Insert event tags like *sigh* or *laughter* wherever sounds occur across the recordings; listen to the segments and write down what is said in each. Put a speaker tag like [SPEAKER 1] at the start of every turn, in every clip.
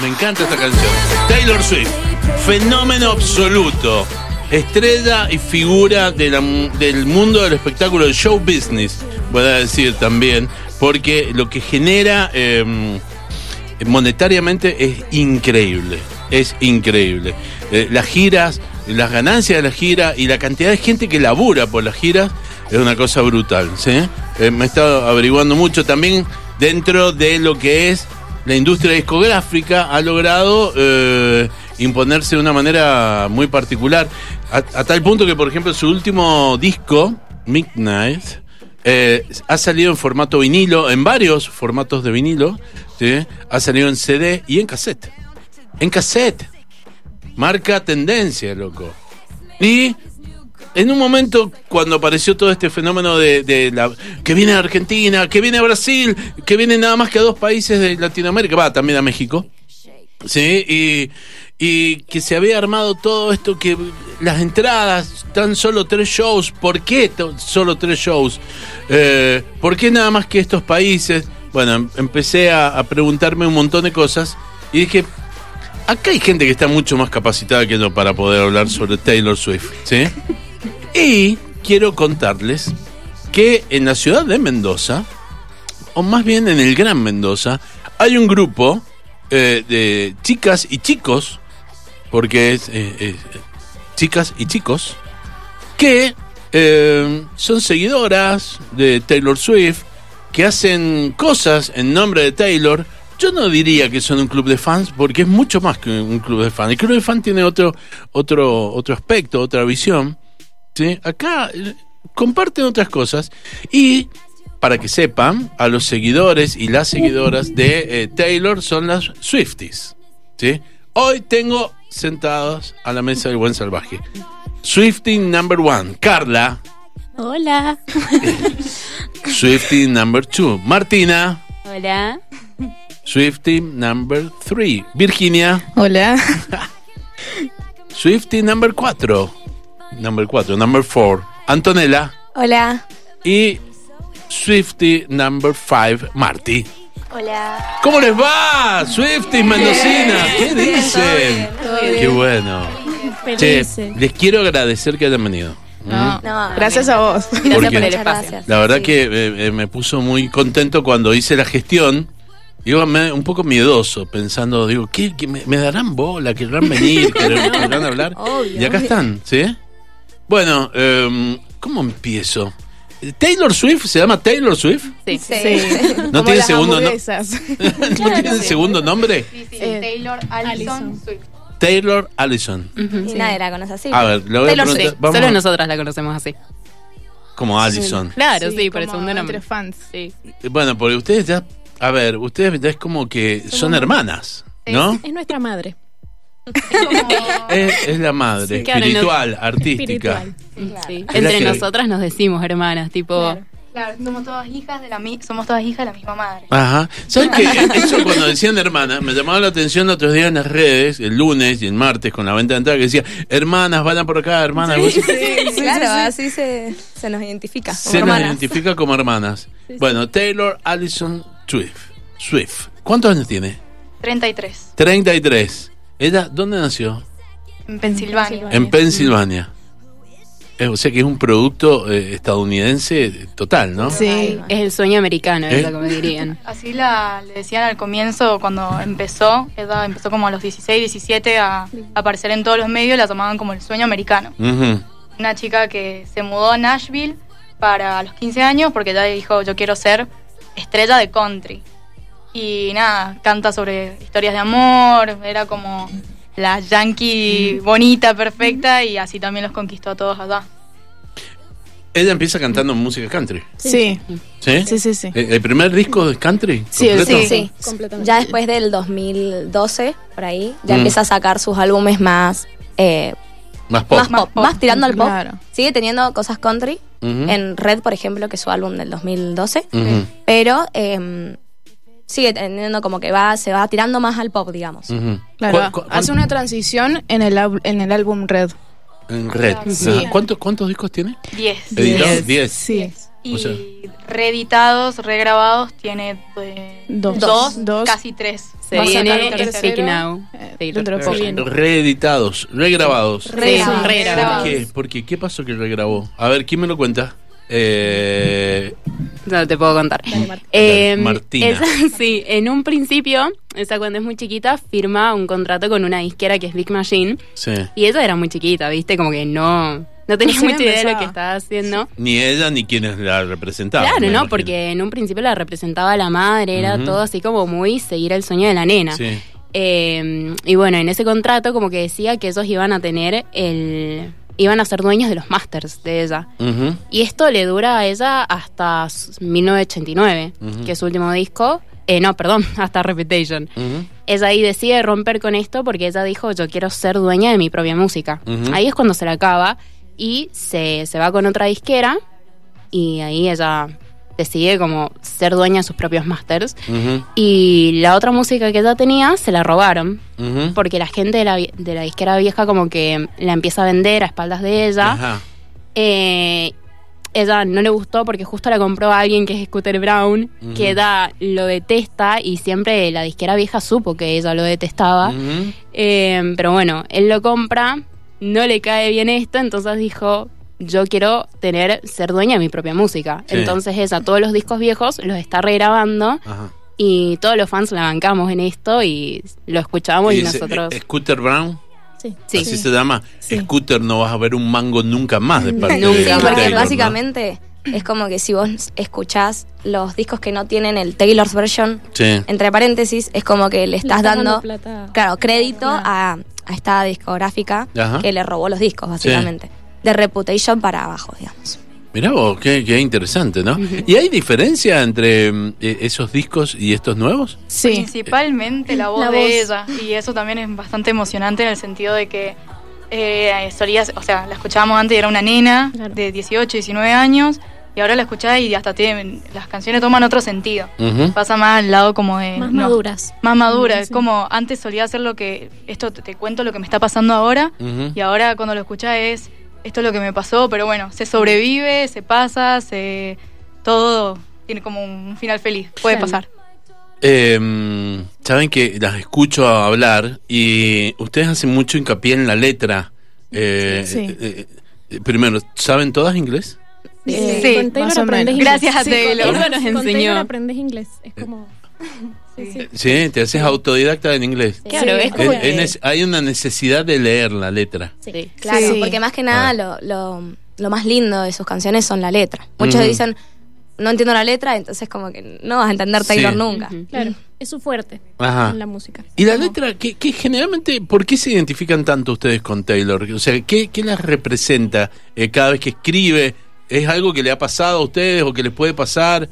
[SPEAKER 1] Me encanta esta canción. Taylor Swift, fenómeno absoluto. Estrella y figura de la- del mundo del espectáculo del show business, voy a decir también, porque lo que genera eh, monetariamente es increíble. Es increíble. Eh, las giras, las ganancias de las giras y la cantidad de gente que labura por las giras es una cosa brutal. ¿sí? Eh, me he estado averiguando mucho también dentro de lo que es la industria discográfica ha logrado eh, imponerse de una manera muy particular. A, a tal punto que, por ejemplo, su último disco, Midnight, eh, ha salido en formato vinilo, en varios formatos de vinilo. ¿sí? Ha salido en CD y en cassette. En cassette. Marca tendencia, loco. Y en un momento, cuando apareció todo este fenómeno de, de la, que viene a Argentina, que viene a Brasil, que viene nada más que a dos países de Latinoamérica, va también a México. Sí, y, y que se había armado todo esto, que las entradas, tan solo tres shows, ¿por qué to- solo tres shows? Eh, ¿Por qué nada más que estos países? Bueno, em- empecé a, a preguntarme un montón de cosas y dije, acá hay gente que está mucho más capacitada que yo para poder hablar sobre Taylor Swift, ¿sí? Y quiero contarles que en la ciudad de Mendoza, o más bien en el Gran Mendoza, hay un grupo eh, de chicas y chicos, porque es eh, eh, chicas y chicos, que eh, son seguidoras de Taylor Swift, que hacen cosas en nombre de Taylor. Yo no diría que son un club de fans, porque es mucho más que un club de fans. El club de fans tiene otro, otro, otro aspecto, otra visión. ¿sí? Acá eh, comparten otras cosas. Y para que sepan, a los seguidores y las seguidoras de eh, Taylor son las Swifties. ¿sí? Hoy tengo sentados a la mesa del buen salvaje. Swiftie number one, Carla.
[SPEAKER 2] Hola.
[SPEAKER 1] Swiftie number two, Martina.
[SPEAKER 2] Hola.
[SPEAKER 1] Swiftie number three, Virginia.
[SPEAKER 3] Hola.
[SPEAKER 1] Swiftie number cuatro. Number cuatro, number four, Antonella.
[SPEAKER 3] Hola.
[SPEAKER 1] Y Swiftie number five, Marty.
[SPEAKER 3] Hola.
[SPEAKER 1] ¿Cómo les va? Swifties Mendocina. ¿Qué dicen? Qué bueno. Che,
[SPEAKER 2] Felices.
[SPEAKER 1] les quiero agradecer que hayan venido.
[SPEAKER 3] No, gracias a vos.
[SPEAKER 1] Porque-
[SPEAKER 4] Gracias Mm. por el
[SPEAKER 1] Muchas
[SPEAKER 4] espacio.
[SPEAKER 1] La verdad que eh, eh, me puso muy contento cuando hice la gestión. Digo, me- un poco miedoso, pensando, digo, ¿qué, qué me, me darán bola? ¿Querrán venir? ¿Querrán,
[SPEAKER 3] *laughs*
[SPEAKER 1] querrán hablar? y acá están, ¿sí? Bueno, em, ¿cómo empiezo? ¿Taylor Swift? ¿Se llama Taylor
[SPEAKER 3] *laughs*
[SPEAKER 1] Swift?
[SPEAKER 4] Sí.
[SPEAKER 3] Sí. Como
[SPEAKER 1] tiene
[SPEAKER 3] las
[SPEAKER 1] segundo, ¿no?
[SPEAKER 3] hamburguesas. Eh,
[SPEAKER 1] ¿No *laughs* tiene segundo nombre?
[SPEAKER 5] Taylor Allison Swift.
[SPEAKER 1] Taylor Allison.
[SPEAKER 5] Nadie la conoce así.
[SPEAKER 1] A ver, le voy a
[SPEAKER 4] Taylor
[SPEAKER 1] preguntar-
[SPEAKER 4] Swift.
[SPEAKER 1] vamos
[SPEAKER 4] Solo
[SPEAKER 1] a-
[SPEAKER 4] nosotras la conocemos así.
[SPEAKER 1] Como Allison.
[SPEAKER 4] Claro, sí, por el
[SPEAKER 3] como
[SPEAKER 4] segundo nombre.
[SPEAKER 3] Entre fans.
[SPEAKER 4] Sí.
[SPEAKER 1] Bueno, porque ustedes ya... A ver, ustedes ya es como que son hermanas, ¿no?
[SPEAKER 2] Es nuestra madre.
[SPEAKER 1] *laughs* Es, es la madre,
[SPEAKER 4] Sí, claro,
[SPEAKER 1] espiritual, artística.
[SPEAKER 2] Espiritual.
[SPEAKER 4] Sí.
[SPEAKER 1] Es la
[SPEAKER 4] Entre
[SPEAKER 1] que-
[SPEAKER 4] nosotras nos decimos hermanas, tipo.
[SPEAKER 5] Claro, somos todas hijas de la mi- somos todas hijas de la misma madre.
[SPEAKER 1] Ajá. ¿Sabes qué? Eso cuando decían hermanas, me llamaba la atención los otros días en las redes, el lunes y el martes con la venta de entrada, que decía, hermanas, van a por acá, hermanas. algo así.
[SPEAKER 4] sí,
[SPEAKER 3] claro,
[SPEAKER 4] sí.
[SPEAKER 3] así se, se nos identifica.
[SPEAKER 1] *laughs*
[SPEAKER 3] como
[SPEAKER 1] Se nos
[SPEAKER 3] hermanas.
[SPEAKER 1] identifica como hermanas. Bueno, Taylor Allison Swift. Swift. ¿Cuántos años tiene?
[SPEAKER 5] 33,
[SPEAKER 1] 33. ¿Ella dónde nació?
[SPEAKER 5] en Pensilvania.
[SPEAKER 1] En Pensilvania. Eh, O sea que es un producto eh, estadounidense total, ¿no?
[SPEAKER 3] Sí.
[SPEAKER 4] Es el sueño americano,
[SPEAKER 1] ¿Eh?
[SPEAKER 4] es lo que
[SPEAKER 3] *laughs*
[SPEAKER 4] me dirían.
[SPEAKER 5] Así la, le decían al comienzo cuando empezó, edad empezó como a los 16, 17 a, a aparecer en todos los medios, la tomaban como el sueño americano.
[SPEAKER 1] Ujú.
[SPEAKER 5] Una chica que se mudó a Nashville para los 15 años porque ya dijo yo quiero ser estrella de country. Y nada, canta sobre historias de amor, era como la yankee bonita, perfecta y así también los conquistó a todos allá.
[SPEAKER 1] Ella empieza cantando música country.
[SPEAKER 3] Sí.
[SPEAKER 1] ¿Sí?
[SPEAKER 3] Sí, sí, sí.
[SPEAKER 1] Eh, ¿El primer disco de country?
[SPEAKER 3] Sí, el-
[SPEAKER 1] completo?
[SPEAKER 5] sí, sí.
[SPEAKER 2] Completamente.
[SPEAKER 6] Ya después del 2012, por ahí, ya
[SPEAKER 1] Mm.
[SPEAKER 6] empieza a sacar sus álbumes más, eh,
[SPEAKER 1] Más pop.
[SPEAKER 6] más pop,
[SPEAKER 5] pop.
[SPEAKER 6] más tirando al pop.
[SPEAKER 3] Claro.
[SPEAKER 6] Sigue teniendo cosas country.
[SPEAKER 1] Ujú.
[SPEAKER 6] En Red, por ejemplo, que es su álbum del 2012.
[SPEAKER 1] Ujú,
[SPEAKER 6] Pero eh, sigue teniendo como que va, se va tirando más al pop, digamos.
[SPEAKER 1] ujú.
[SPEAKER 3] Claro.
[SPEAKER 1] ¿Cu- cu-
[SPEAKER 3] Hace una transición en el, ab- en el álbum Red.
[SPEAKER 1] En red.
[SPEAKER 3] Sí.
[SPEAKER 1] Ajá. ¿Cuánto- ¿Cuántos discos tiene?
[SPEAKER 5] Diez.
[SPEAKER 1] Editados.
[SPEAKER 3] Diez.
[SPEAKER 1] Diez.
[SPEAKER 3] Sí.
[SPEAKER 5] Y
[SPEAKER 1] O sea-
[SPEAKER 5] reeditados, regrabados, tiene eh,
[SPEAKER 3] Dos.
[SPEAKER 5] dos,
[SPEAKER 3] Dos.
[SPEAKER 5] casi tres.
[SPEAKER 4] Se
[SPEAKER 3] Va a sacar
[SPEAKER 4] viene
[SPEAKER 3] el
[SPEAKER 4] el
[SPEAKER 3] tercero,
[SPEAKER 4] Speak Now.
[SPEAKER 3] eh,
[SPEAKER 4] Taylor
[SPEAKER 3] dentro de poco.
[SPEAKER 4] Swift.
[SPEAKER 1] Reeditados, regrabados.
[SPEAKER 5] Regrabados.
[SPEAKER 1] ¿Por
[SPEAKER 5] Regrabados.
[SPEAKER 1] qué? ¿Por qué? ¿Qué pasó que regrabó? A ver, ¿quién me lo cuenta? Eh,
[SPEAKER 4] No te puedo contar.
[SPEAKER 1] Martina.
[SPEAKER 4] Eh,
[SPEAKER 1] Martina.
[SPEAKER 4] esa- *laughs* sí, en un principio, esa cuando es muy chiquita, firma un contrato con una disquera que es Big Machine.
[SPEAKER 1] sí.
[SPEAKER 4] Y ella era muy chiquita, ¿viste? Como que no, no tenía
[SPEAKER 3] Sí,
[SPEAKER 4] mucha idea de lo
[SPEAKER 3] empezaba.
[SPEAKER 4] que estaba haciendo.
[SPEAKER 1] Ni ella ni quienes la representaban.
[SPEAKER 4] Claro,
[SPEAKER 1] me
[SPEAKER 4] ¿no?
[SPEAKER 1] imagino.
[SPEAKER 4] Porque en un principio la representaba la madre, era
[SPEAKER 1] Ujú.
[SPEAKER 4] todo así como muy seguir el sueño de la nena.
[SPEAKER 1] Sí.
[SPEAKER 4] Eh, y bueno, en ese contrato como que decía que ellos iban a tener el... iban a ser dueños de los masters de ella.
[SPEAKER 1] Ujú.
[SPEAKER 4] Y esto le dura a ella hasta s- 1989,
[SPEAKER 1] Ujú.
[SPEAKER 4] que es su último disco. Eh, no, perdón, *laughs* hasta Reputation.
[SPEAKER 1] Ujú.
[SPEAKER 4] Ella ahí decide romper con esto porque ella dijo, yo quiero ser dueña de mi propia música.
[SPEAKER 1] Ujú.
[SPEAKER 4] Ahí es cuando se la acaba y se, se va con otra disquera y ahí ella decide como ser dueña de sus propios masters.
[SPEAKER 1] Ujú.
[SPEAKER 4] Y la otra música que ella tenía se la robaron
[SPEAKER 1] Ujú.
[SPEAKER 4] porque la gente de la, vie- de la disquera vieja como que la empieza a vender a espaldas de ella.
[SPEAKER 1] Ajá.
[SPEAKER 4] Eh, ella no le gustó porque justo la compró a alguien que es Scooter Brown,
[SPEAKER 1] Ujú.
[SPEAKER 4] que ella lo detesta y siempre la disquera vieja supo que ella lo detestaba.
[SPEAKER 1] Ujú.
[SPEAKER 4] Eh, pero bueno, él lo compra, no le cae bien esto, entonces dijo, yo quiero tener, ser dueña de mi propia música.
[SPEAKER 1] Sí.
[SPEAKER 4] Entonces ella, todos los discos viejos los está regrabando
[SPEAKER 1] Ajá.
[SPEAKER 4] y todos los fans la bancamos en esto y lo escuchamos y,
[SPEAKER 1] Y dice,
[SPEAKER 4] nosotros...
[SPEAKER 1] eh, Scooter Brown,
[SPEAKER 2] Sí.
[SPEAKER 4] Sí.
[SPEAKER 1] así se llama.
[SPEAKER 2] Sí.
[SPEAKER 1] Scooter no vas a ver un mango nunca más de parte
[SPEAKER 4] Nunca
[SPEAKER 1] de
[SPEAKER 6] Sí,
[SPEAKER 4] más.
[SPEAKER 1] Taylor,
[SPEAKER 6] porque
[SPEAKER 1] ¿no?
[SPEAKER 6] básicamente es como que si vos escuchás los discos que no tienen el Taylor's version,
[SPEAKER 1] Sí.
[SPEAKER 6] entre paréntesis, es como que le estás, dando,
[SPEAKER 2] plata.
[SPEAKER 6] claro, crédito a, a esta discográfica
[SPEAKER 1] Ajá.
[SPEAKER 6] que le robó los discos, básicamente. De Reputation para abajo, digamos.
[SPEAKER 1] Mirá vos, qué, qué interesante, ¿no? ¿Y hay diferencia entre mm, eh, esos discos y estos nuevos?
[SPEAKER 3] Sí.
[SPEAKER 5] Principalmente la voz,
[SPEAKER 2] La voz.
[SPEAKER 5] de ella. Y eso también es bastante emocionante en el sentido de que eh, solía, o sea, la escuchábamos antes y era una nena
[SPEAKER 2] Claro.
[SPEAKER 5] de 18, 19 años. Y ahora la escuchás y hasta tiene, las canciones toman otro sentido.
[SPEAKER 1] Ujú.
[SPEAKER 5] Pasa más al lado como de.
[SPEAKER 2] Más
[SPEAKER 5] no,
[SPEAKER 2] maduras.
[SPEAKER 5] Más madura. Es
[SPEAKER 2] Sí.
[SPEAKER 5] como antes solía hacer lo que. Esto te, te cuento lo que me está pasando ahora.
[SPEAKER 1] Ujú.
[SPEAKER 5] Y ahora cuando lo escuchás es. Esto es lo que me pasó, pero bueno, se sobrevive, se pasa, se. Todo tiene como un final feliz. Puede
[SPEAKER 2] Claro.
[SPEAKER 5] pasar.
[SPEAKER 1] Eh, Saben que las escucho hablar y ustedes hacen mucho hincapié en la letra. Eh,
[SPEAKER 3] Sí.
[SPEAKER 1] eh, eh, primero, ¿saben todas inglés?
[SPEAKER 2] Eh,
[SPEAKER 5] Sí,
[SPEAKER 2] con Taylor
[SPEAKER 3] más o
[SPEAKER 2] aprendes
[SPEAKER 3] menos.
[SPEAKER 2] inglés.
[SPEAKER 5] Gracias a
[SPEAKER 2] Sí, con-
[SPEAKER 5] Taylor.
[SPEAKER 4] Eso nos
[SPEAKER 2] Con
[SPEAKER 4] enseñó.
[SPEAKER 2] Taylor aprendes inglés. Es como. Sí, sí.
[SPEAKER 1] *laughs* Sí, te haces autodidacta en inglés.
[SPEAKER 4] Claro, es como
[SPEAKER 1] Eh, eh, nece- hay una necesidad de leer la letra.
[SPEAKER 2] Sí.
[SPEAKER 6] Claro,
[SPEAKER 3] Sí.
[SPEAKER 6] porque más que
[SPEAKER 1] Ah.
[SPEAKER 6] nada lo, lo- lo más lindo de sus canciones son la letra. Muchos
[SPEAKER 1] Ujú.
[SPEAKER 6] dicen, no entiendo la letra, entonces como que no vas a entender Taylor
[SPEAKER 1] Sí.
[SPEAKER 6] nunca.
[SPEAKER 4] Ujú.
[SPEAKER 2] Claro. Es su fuerte
[SPEAKER 1] Ajá.
[SPEAKER 2] en la música.
[SPEAKER 1] Y la letra, que, que generalmente, ¿por qué se identifican tanto ustedes con Taylor? O sea, ¿qué, qué las representa eh, cada vez que escribe? ¿Es algo que le ha pasado a ustedes o que les puede pasar?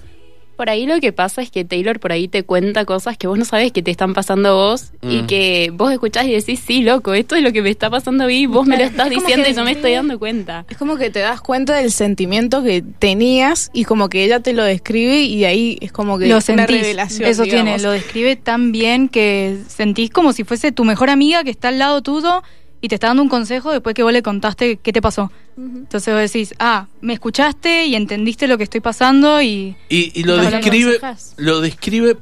[SPEAKER 4] Por ahí lo que pasa es que Taylor por ahí te cuenta cosas que vos no sabes que te están pasando a vos y
[SPEAKER 1] Mm.
[SPEAKER 4] que vos escuchás y decís, sí, loco, esto es lo que me está pasando a mí, vos me lo estás
[SPEAKER 3] como
[SPEAKER 4] diciendo
[SPEAKER 3] que-
[SPEAKER 4] y yo me estoy dando cuenta.
[SPEAKER 3] Es como que te das cuenta del sentimiento que tenías y como que ella te lo describe y ahí es como que
[SPEAKER 5] lo
[SPEAKER 3] es una
[SPEAKER 5] sentís.
[SPEAKER 3] revelación.
[SPEAKER 5] Eso tiene,
[SPEAKER 3] digamos.
[SPEAKER 5] lo describe tan bien que sentís como si fuese tu mejor amiga que está al lado tuyo y te está dando un consejo después que vos le contaste qué te pasó. Entonces vos decís, ah, me escuchaste y entendiste lo que estoy pasando y
[SPEAKER 1] Y, y lo
[SPEAKER 5] Estamos hablando de
[SPEAKER 1] describe,
[SPEAKER 2] Sojas.
[SPEAKER 1] lo describe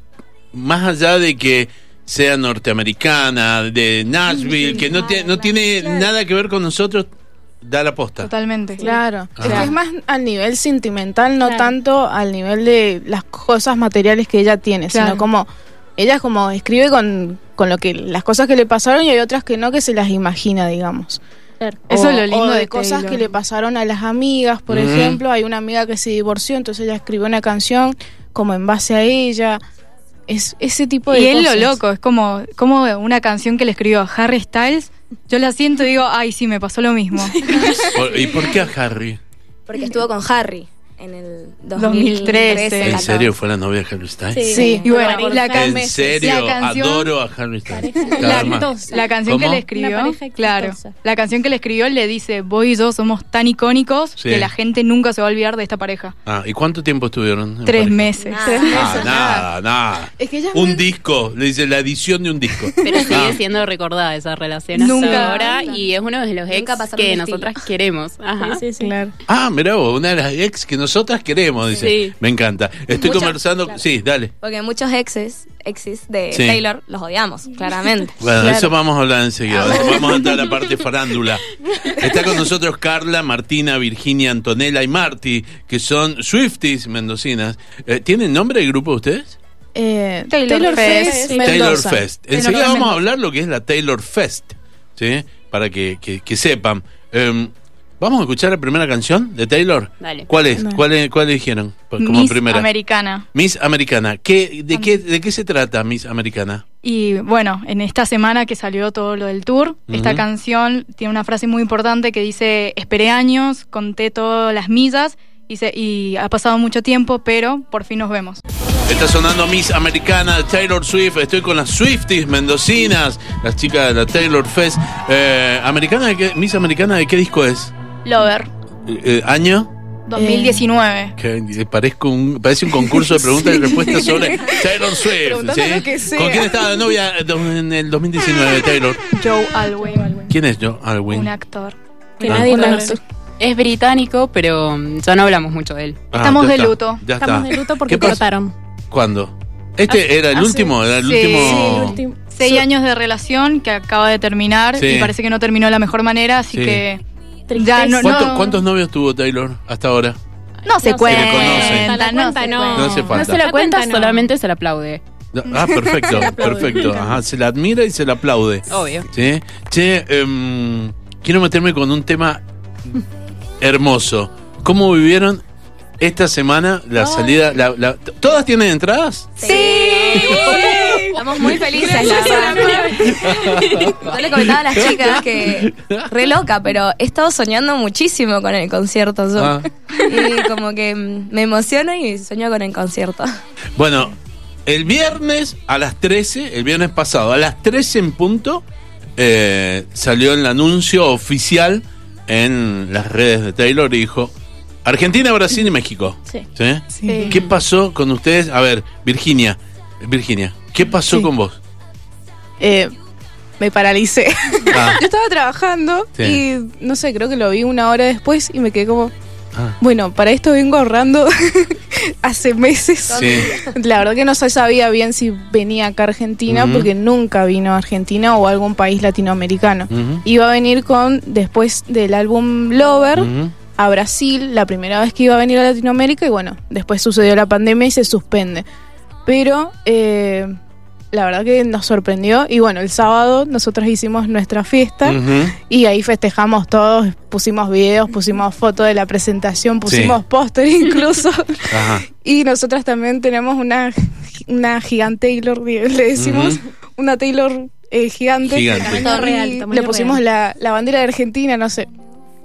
[SPEAKER 1] más allá de que sea norteamericana, de Nashville, que no, tiene- no tiene nada que ver con nosotros, da la posta.
[SPEAKER 5] totalmente.
[SPEAKER 3] Claro.
[SPEAKER 1] Ah.
[SPEAKER 3] Es que es más al nivel sentimental, no
[SPEAKER 2] Claro.
[SPEAKER 3] tanto al nivel de las cosas materiales que ella tiene, sino
[SPEAKER 5] Claro.
[SPEAKER 3] como ella como escribe con, con lo que las cosas que le pasaron y hay otras que no que se las imagina, digamos.
[SPEAKER 2] Claro.
[SPEAKER 5] Eso
[SPEAKER 3] O-
[SPEAKER 5] es lo lindo
[SPEAKER 3] o de,
[SPEAKER 5] de
[SPEAKER 3] cosas
[SPEAKER 5] Taylor.
[SPEAKER 3] que le pasaron a las amigas, por
[SPEAKER 1] Ujú.
[SPEAKER 3] ejemplo, hay una amiga que se divorció, entonces ella escribió una canción como en base a ella. Es ese tipo de
[SPEAKER 5] Y es lo
[SPEAKER 3] cosas.
[SPEAKER 5] loco, es como, como una canción que le escribió a Harry Styles. Yo la siento y digo, ay, sí, me pasó lo mismo.
[SPEAKER 1] Por- ¿Y por qué a Harry?
[SPEAKER 6] Porque estuvo con Harry en el
[SPEAKER 5] 2013.
[SPEAKER 6] 2013.
[SPEAKER 1] ¿En serio fue la novia de Harry Styles?
[SPEAKER 3] Sí.
[SPEAKER 5] *laughs* Y bueno,
[SPEAKER 2] Pero
[SPEAKER 5] la
[SPEAKER 2] por
[SPEAKER 5] can-
[SPEAKER 1] ¿En
[SPEAKER 2] meses.
[SPEAKER 1] serio?
[SPEAKER 5] La canción-
[SPEAKER 1] Adoro a Harry Styles.
[SPEAKER 5] La,
[SPEAKER 1] Cada vez más.
[SPEAKER 5] la canción
[SPEAKER 1] ¿Cómo?
[SPEAKER 5] que le
[SPEAKER 2] Una
[SPEAKER 5] escribió,
[SPEAKER 2] pareja
[SPEAKER 5] claro,
[SPEAKER 2] exitosa.
[SPEAKER 5] la canción que le escribió le dice, vos y yo somos tan icónicos
[SPEAKER 1] Sí.
[SPEAKER 5] que la gente nunca se va a olvidar de esta pareja.
[SPEAKER 1] Ah, ¿Y cuánto tiempo estuvieron? en
[SPEAKER 5] Tres
[SPEAKER 1] pareja?
[SPEAKER 5] meses.
[SPEAKER 1] Ah, nada, nada.
[SPEAKER 3] Es que ella es
[SPEAKER 1] Un
[SPEAKER 3] muy-
[SPEAKER 1] disco, le dice la edición de un disco.
[SPEAKER 4] Pero sigue
[SPEAKER 1] Ah,
[SPEAKER 4] siendo recordada esa relación hasta
[SPEAKER 5] Nunca.
[SPEAKER 4] ahora y es uno de los ex
[SPEAKER 6] Nunca pasaron
[SPEAKER 4] que
[SPEAKER 6] de
[SPEAKER 4] nosotras queremos. Ajá.
[SPEAKER 2] *laughs* Sí, sí, sí.
[SPEAKER 3] Claro.
[SPEAKER 1] ah, mirá Ah, vos, una de las ex que no nosotras queremos, dice.
[SPEAKER 4] Sí.
[SPEAKER 1] Me encanta. Estoy
[SPEAKER 6] Mucho-
[SPEAKER 1] conversando.
[SPEAKER 6] claro.
[SPEAKER 1] Sí, dale.
[SPEAKER 6] Porque muchos exes, exes de
[SPEAKER 1] Sí.
[SPEAKER 6] Taylor los odiamos,
[SPEAKER 1] *laughs*
[SPEAKER 6] claramente.
[SPEAKER 1] Bueno,
[SPEAKER 3] Claro.
[SPEAKER 1] eso vamos a hablar enseguida. Vamos a entrar a la parte farándula. Está con nosotros Carla, Martina, Virginia, Antonella y Marti, que son Swifties mendocinas. Eh, ¿Tienen nombre el grupo de ustedes?
[SPEAKER 3] Eh,
[SPEAKER 5] Taylor Fest.
[SPEAKER 3] Mendoza.
[SPEAKER 1] Taylor Fest.
[SPEAKER 5] Taylor
[SPEAKER 1] Enseguida
[SPEAKER 5] Fest.
[SPEAKER 1] vamos a hablar lo que es la Taylor Fest, ¿sí? Para que, que- que sepan. Em, vamos a escuchar la primera canción de Taylor.
[SPEAKER 4] Dale.
[SPEAKER 1] ¿Cuál es?
[SPEAKER 3] No.
[SPEAKER 1] ¿Cuál, es- cuál eligieron Pues, como
[SPEAKER 5] Miss
[SPEAKER 1] primera?
[SPEAKER 5] Americana.
[SPEAKER 1] Miss Americana. ¿Qué, de, qué, ¿De qué se trata Miss Americana?
[SPEAKER 5] Y bueno, en esta semana que salió todo lo del tour, esta
[SPEAKER 1] Ujú.
[SPEAKER 5] canción tiene una frase muy importante que dice, esperé años, conté todas las millas y, se- y ha pasado mucho tiempo, pero por fin nos vemos.
[SPEAKER 1] Está sonando Miss Americana, Taylor Swift. Estoy con las Swifties mendocinas, las chicas de la Taylor Fest. Eh, ¿Americana de qué- ¿Miss Americana de qué disco es?
[SPEAKER 5] Lover,
[SPEAKER 1] Eh, eh, ¿Año?
[SPEAKER 5] 2019.
[SPEAKER 1] Que, eh, parezco un, parece un concurso de preguntas y respuestas sobre Taylor Swift.
[SPEAKER 3] Preguntame
[SPEAKER 1] ¿sí?
[SPEAKER 3] lo que sea.
[SPEAKER 1] ¿Con quién estaba de novia eh, do- en el 2019 Taylor?
[SPEAKER 5] Joe Alwyn,
[SPEAKER 1] ¿Quién es yo? Alwyn.
[SPEAKER 5] un actor.
[SPEAKER 3] Que
[SPEAKER 1] Ah.
[SPEAKER 3] nadie
[SPEAKER 5] Taylor
[SPEAKER 3] conoce.
[SPEAKER 4] Es británico, pero mm, ya no hablamos mucho de él.
[SPEAKER 1] Ah,
[SPEAKER 5] Estamos
[SPEAKER 1] ya
[SPEAKER 5] de
[SPEAKER 1] está,
[SPEAKER 5] luto.
[SPEAKER 1] Ya
[SPEAKER 2] Estamos
[SPEAKER 1] está.
[SPEAKER 2] de luto
[SPEAKER 1] ¿Qué
[SPEAKER 2] porque
[SPEAKER 1] pasa?
[SPEAKER 2] cortaron.
[SPEAKER 1] ¿Cuándo? ¿Este era el
[SPEAKER 2] hace-
[SPEAKER 1] último? Era el
[SPEAKER 5] Sí.
[SPEAKER 1] último.
[SPEAKER 5] Sí,
[SPEAKER 2] El último-
[SPEAKER 5] Seis
[SPEAKER 2] Su-
[SPEAKER 5] años de relación que acaba de terminar
[SPEAKER 1] Sí.
[SPEAKER 5] y parece que no terminó de la mejor manera, así
[SPEAKER 1] Sí.
[SPEAKER 5] que
[SPEAKER 2] tristeza.
[SPEAKER 5] no-
[SPEAKER 1] ¿Cuánto-
[SPEAKER 5] no-
[SPEAKER 1] ¿Cuántos novios tuvo Taylor hasta ahora?
[SPEAKER 5] no se
[SPEAKER 2] No se
[SPEAKER 5] cuenta.
[SPEAKER 1] conoce.
[SPEAKER 2] La cuenta no.
[SPEAKER 5] cuenta.
[SPEAKER 1] No hace falta.
[SPEAKER 4] No se la cuenta, solamente se la aplaude.
[SPEAKER 1] Ah,
[SPEAKER 4] *laughs*
[SPEAKER 1] perfecto, perfecto. Ajá, se la admira y se la aplaude.
[SPEAKER 4] Obvio.
[SPEAKER 1] ¿Sí? Che, em, quiero meterme con un tema hermoso. ¿Cómo vivieron esta semana la salida? la- la- ¿Todas tienen entradas?
[SPEAKER 6] Estamos muy felices, la verdad. *laughs* Yo le comentaba a las chicas que re loca, pero he estado soñando muchísimo con el concierto yo.
[SPEAKER 1] Ah.
[SPEAKER 6] Y como que mm, me emociono y sueño con el concierto.
[SPEAKER 1] Bueno, el viernes a las 13, el viernes pasado, a las 13 en punto, eh, salió el anuncio oficial en las redes de Taylor y dijo: Argentina, Brasil y México.
[SPEAKER 2] Sí.
[SPEAKER 1] ¿Sí?
[SPEAKER 5] Sí.
[SPEAKER 1] ¿Qué pasó con ustedes? A ver, Virginia, Virginia, ¿qué pasó
[SPEAKER 3] Sí.
[SPEAKER 1] con vos?
[SPEAKER 3] Eh, me paralicé. *laughs*
[SPEAKER 1] Ah,
[SPEAKER 3] Yo estaba trabajando
[SPEAKER 1] Sí.
[SPEAKER 3] y no sé, creo que lo vi una hora después y me quedé como,
[SPEAKER 1] ah,
[SPEAKER 3] bueno, para esto vengo ahorrando *laughs* hace meses.
[SPEAKER 1] sí.
[SPEAKER 3] La verdad que no se sabía bien si venía acá a Argentina
[SPEAKER 1] Ujú.
[SPEAKER 3] porque nunca vino a Argentina o a algún país latinoamericano.
[SPEAKER 1] Ujú,
[SPEAKER 3] Iba a venir con, después del álbum Lover,
[SPEAKER 1] ujú.
[SPEAKER 3] a Brasil, la primera vez que iba a venir a Latinoamérica y bueno, después sucedió la pandemia y se suspende. Pero eh, la verdad que nos sorprendió y bueno, el sábado nosotros hicimos nuestra fiesta
[SPEAKER 1] Ujú.
[SPEAKER 3] y ahí festejamos todos, pusimos videos, pusimos fotos de la presentación, pusimos póster incluso *laughs*
[SPEAKER 1] Ajá.
[SPEAKER 3] y nosotras también tenemos una, una gigante Taylor, le decimos una Taylor eh, gigante.
[SPEAKER 1] Gigante.
[SPEAKER 2] Tamaño
[SPEAKER 3] Y
[SPEAKER 2] real, tamaño
[SPEAKER 3] le pusimos
[SPEAKER 2] real.
[SPEAKER 3] la, la bandera de Argentina, no sé.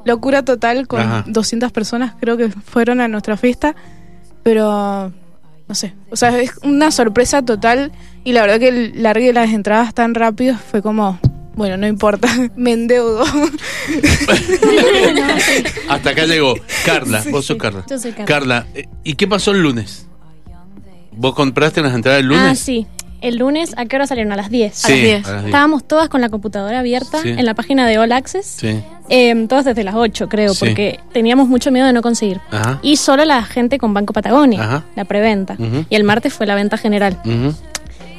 [SPEAKER 3] Locura total con
[SPEAKER 1] Ajá.
[SPEAKER 3] 200 personas, creo que fueron a nuestra fiesta. Pero no sé. O sea, es una sorpresa total. Y la verdad que el largue de las entradas tan rápido fue como. Bueno, no importa, *laughs* me endeudo.
[SPEAKER 2] *laughs* Ah,
[SPEAKER 1] Hasta acá llegó. Carla, vos sos Carla.
[SPEAKER 2] Yo soy Carla.
[SPEAKER 1] Carla, eh, ¿y qué pasó el lunes? ¿Vos compraste las entradas el lunes?
[SPEAKER 2] Ah, sí. El lunes, ¿a qué hora salieron? A las 10.
[SPEAKER 1] Sí,
[SPEAKER 5] A las
[SPEAKER 1] a las diez.
[SPEAKER 2] Estábamos todas con la computadora abierta
[SPEAKER 1] Sí.
[SPEAKER 2] en la página de All Access.
[SPEAKER 1] Sí.
[SPEAKER 2] Eh, todas desde las 8, creo,
[SPEAKER 1] Sí.
[SPEAKER 2] porque teníamos mucho miedo de no conseguir.
[SPEAKER 1] Ajá.
[SPEAKER 2] Y solo la gente con Banco Patagonia,
[SPEAKER 1] Ajá.
[SPEAKER 2] la preventa.
[SPEAKER 1] Ujú.
[SPEAKER 2] Y el martes fue la venta general.
[SPEAKER 1] Ujú.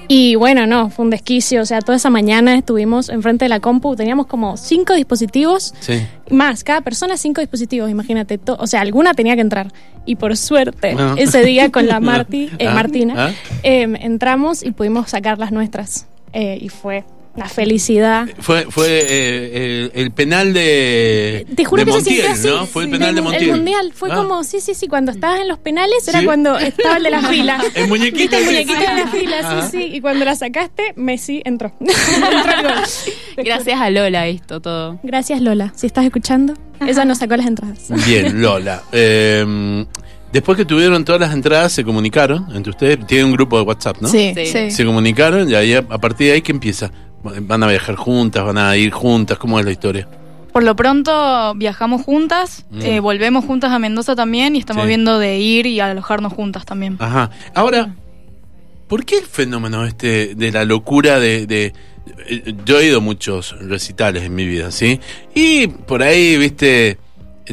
[SPEAKER 2] Y bueno, no, fue un desquicio. O sea, toda esa mañana estuvimos enfrente de la compu. Teníamos como cinco dispositivos,
[SPEAKER 1] Sí.
[SPEAKER 2] más, cada persona cinco dispositivos, imagínate. to- o sea, alguna tenía que entrar. Y por suerte,
[SPEAKER 1] Ah.
[SPEAKER 2] ese día
[SPEAKER 1] *laughs*
[SPEAKER 2] con la Marti, eh,
[SPEAKER 1] Ah,
[SPEAKER 2] Martina,
[SPEAKER 1] ah.
[SPEAKER 2] eh, entramos y pudimos sacar las nuestras. Eh, y fue una felicidad.
[SPEAKER 1] Fue, fue eh, el, el penal de.
[SPEAKER 2] Te juro
[SPEAKER 1] de
[SPEAKER 2] que
[SPEAKER 1] Montiel,
[SPEAKER 2] se sintió así.
[SPEAKER 1] ¿no? Fue el penal de
[SPEAKER 2] mu-
[SPEAKER 1] Montiel.
[SPEAKER 2] El mundial fue
[SPEAKER 1] Ah.
[SPEAKER 2] como, sí, sí, sí, cuando estabas en los penales era
[SPEAKER 1] Sí.
[SPEAKER 2] cuando estaba el
[SPEAKER 1] *laughs*
[SPEAKER 2] de las filas.
[SPEAKER 1] El muñequito.
[SPEAKER 2] Viste, el
[SPEAKER 1] sí.
[SPEAKER 2] muñequito de las filas,
[SPEAKER 1] Ah.
[SPEAKER 2] sí, sí. Y cuando la sacaste, Messi entró. *laughs* Entró el gol.
[SPEAKER 4] Gracias a Lola esto todo.
[SPEAKER 2] Gracias, Lola. Si estás escuchando, ella nos sacó las entradas.
[SPEAKER 1] Bien, Lola. Eh, después que tuvieron todas las entradas, se comunicaron entre ustedes. Tienen un grupo de WhatsApp, ¿no?
[SPEAKER 3] Sí.
[SPEAKER 4] Sí.
[SPEAKER 5] Sí.
[SPEAKER 1] Se comunicaron y ahí, a a partir de ahí, ¿qué empieza? Van a viajar juntas, van a ir juntas. ¿Cómo es la historia?
[SPEAKER 5] Por lo pronto viajamos juntas,
[SPEAKER 1] Mm.
[SPEAKER 5] eh, volvemos juntas a Mendoza también y estamos
[SPEAKER 1] Sí. Ah,
[SPEAKER 5] viendo de ir y alojarnos juntas también.
[SPEAKER 1] Ajá. Ahora, ¿por qué el fenómeno este de la locura de... de- eh, yo he ido a muchos recitales en mi vida, ¿sí? Y por ahí, viste,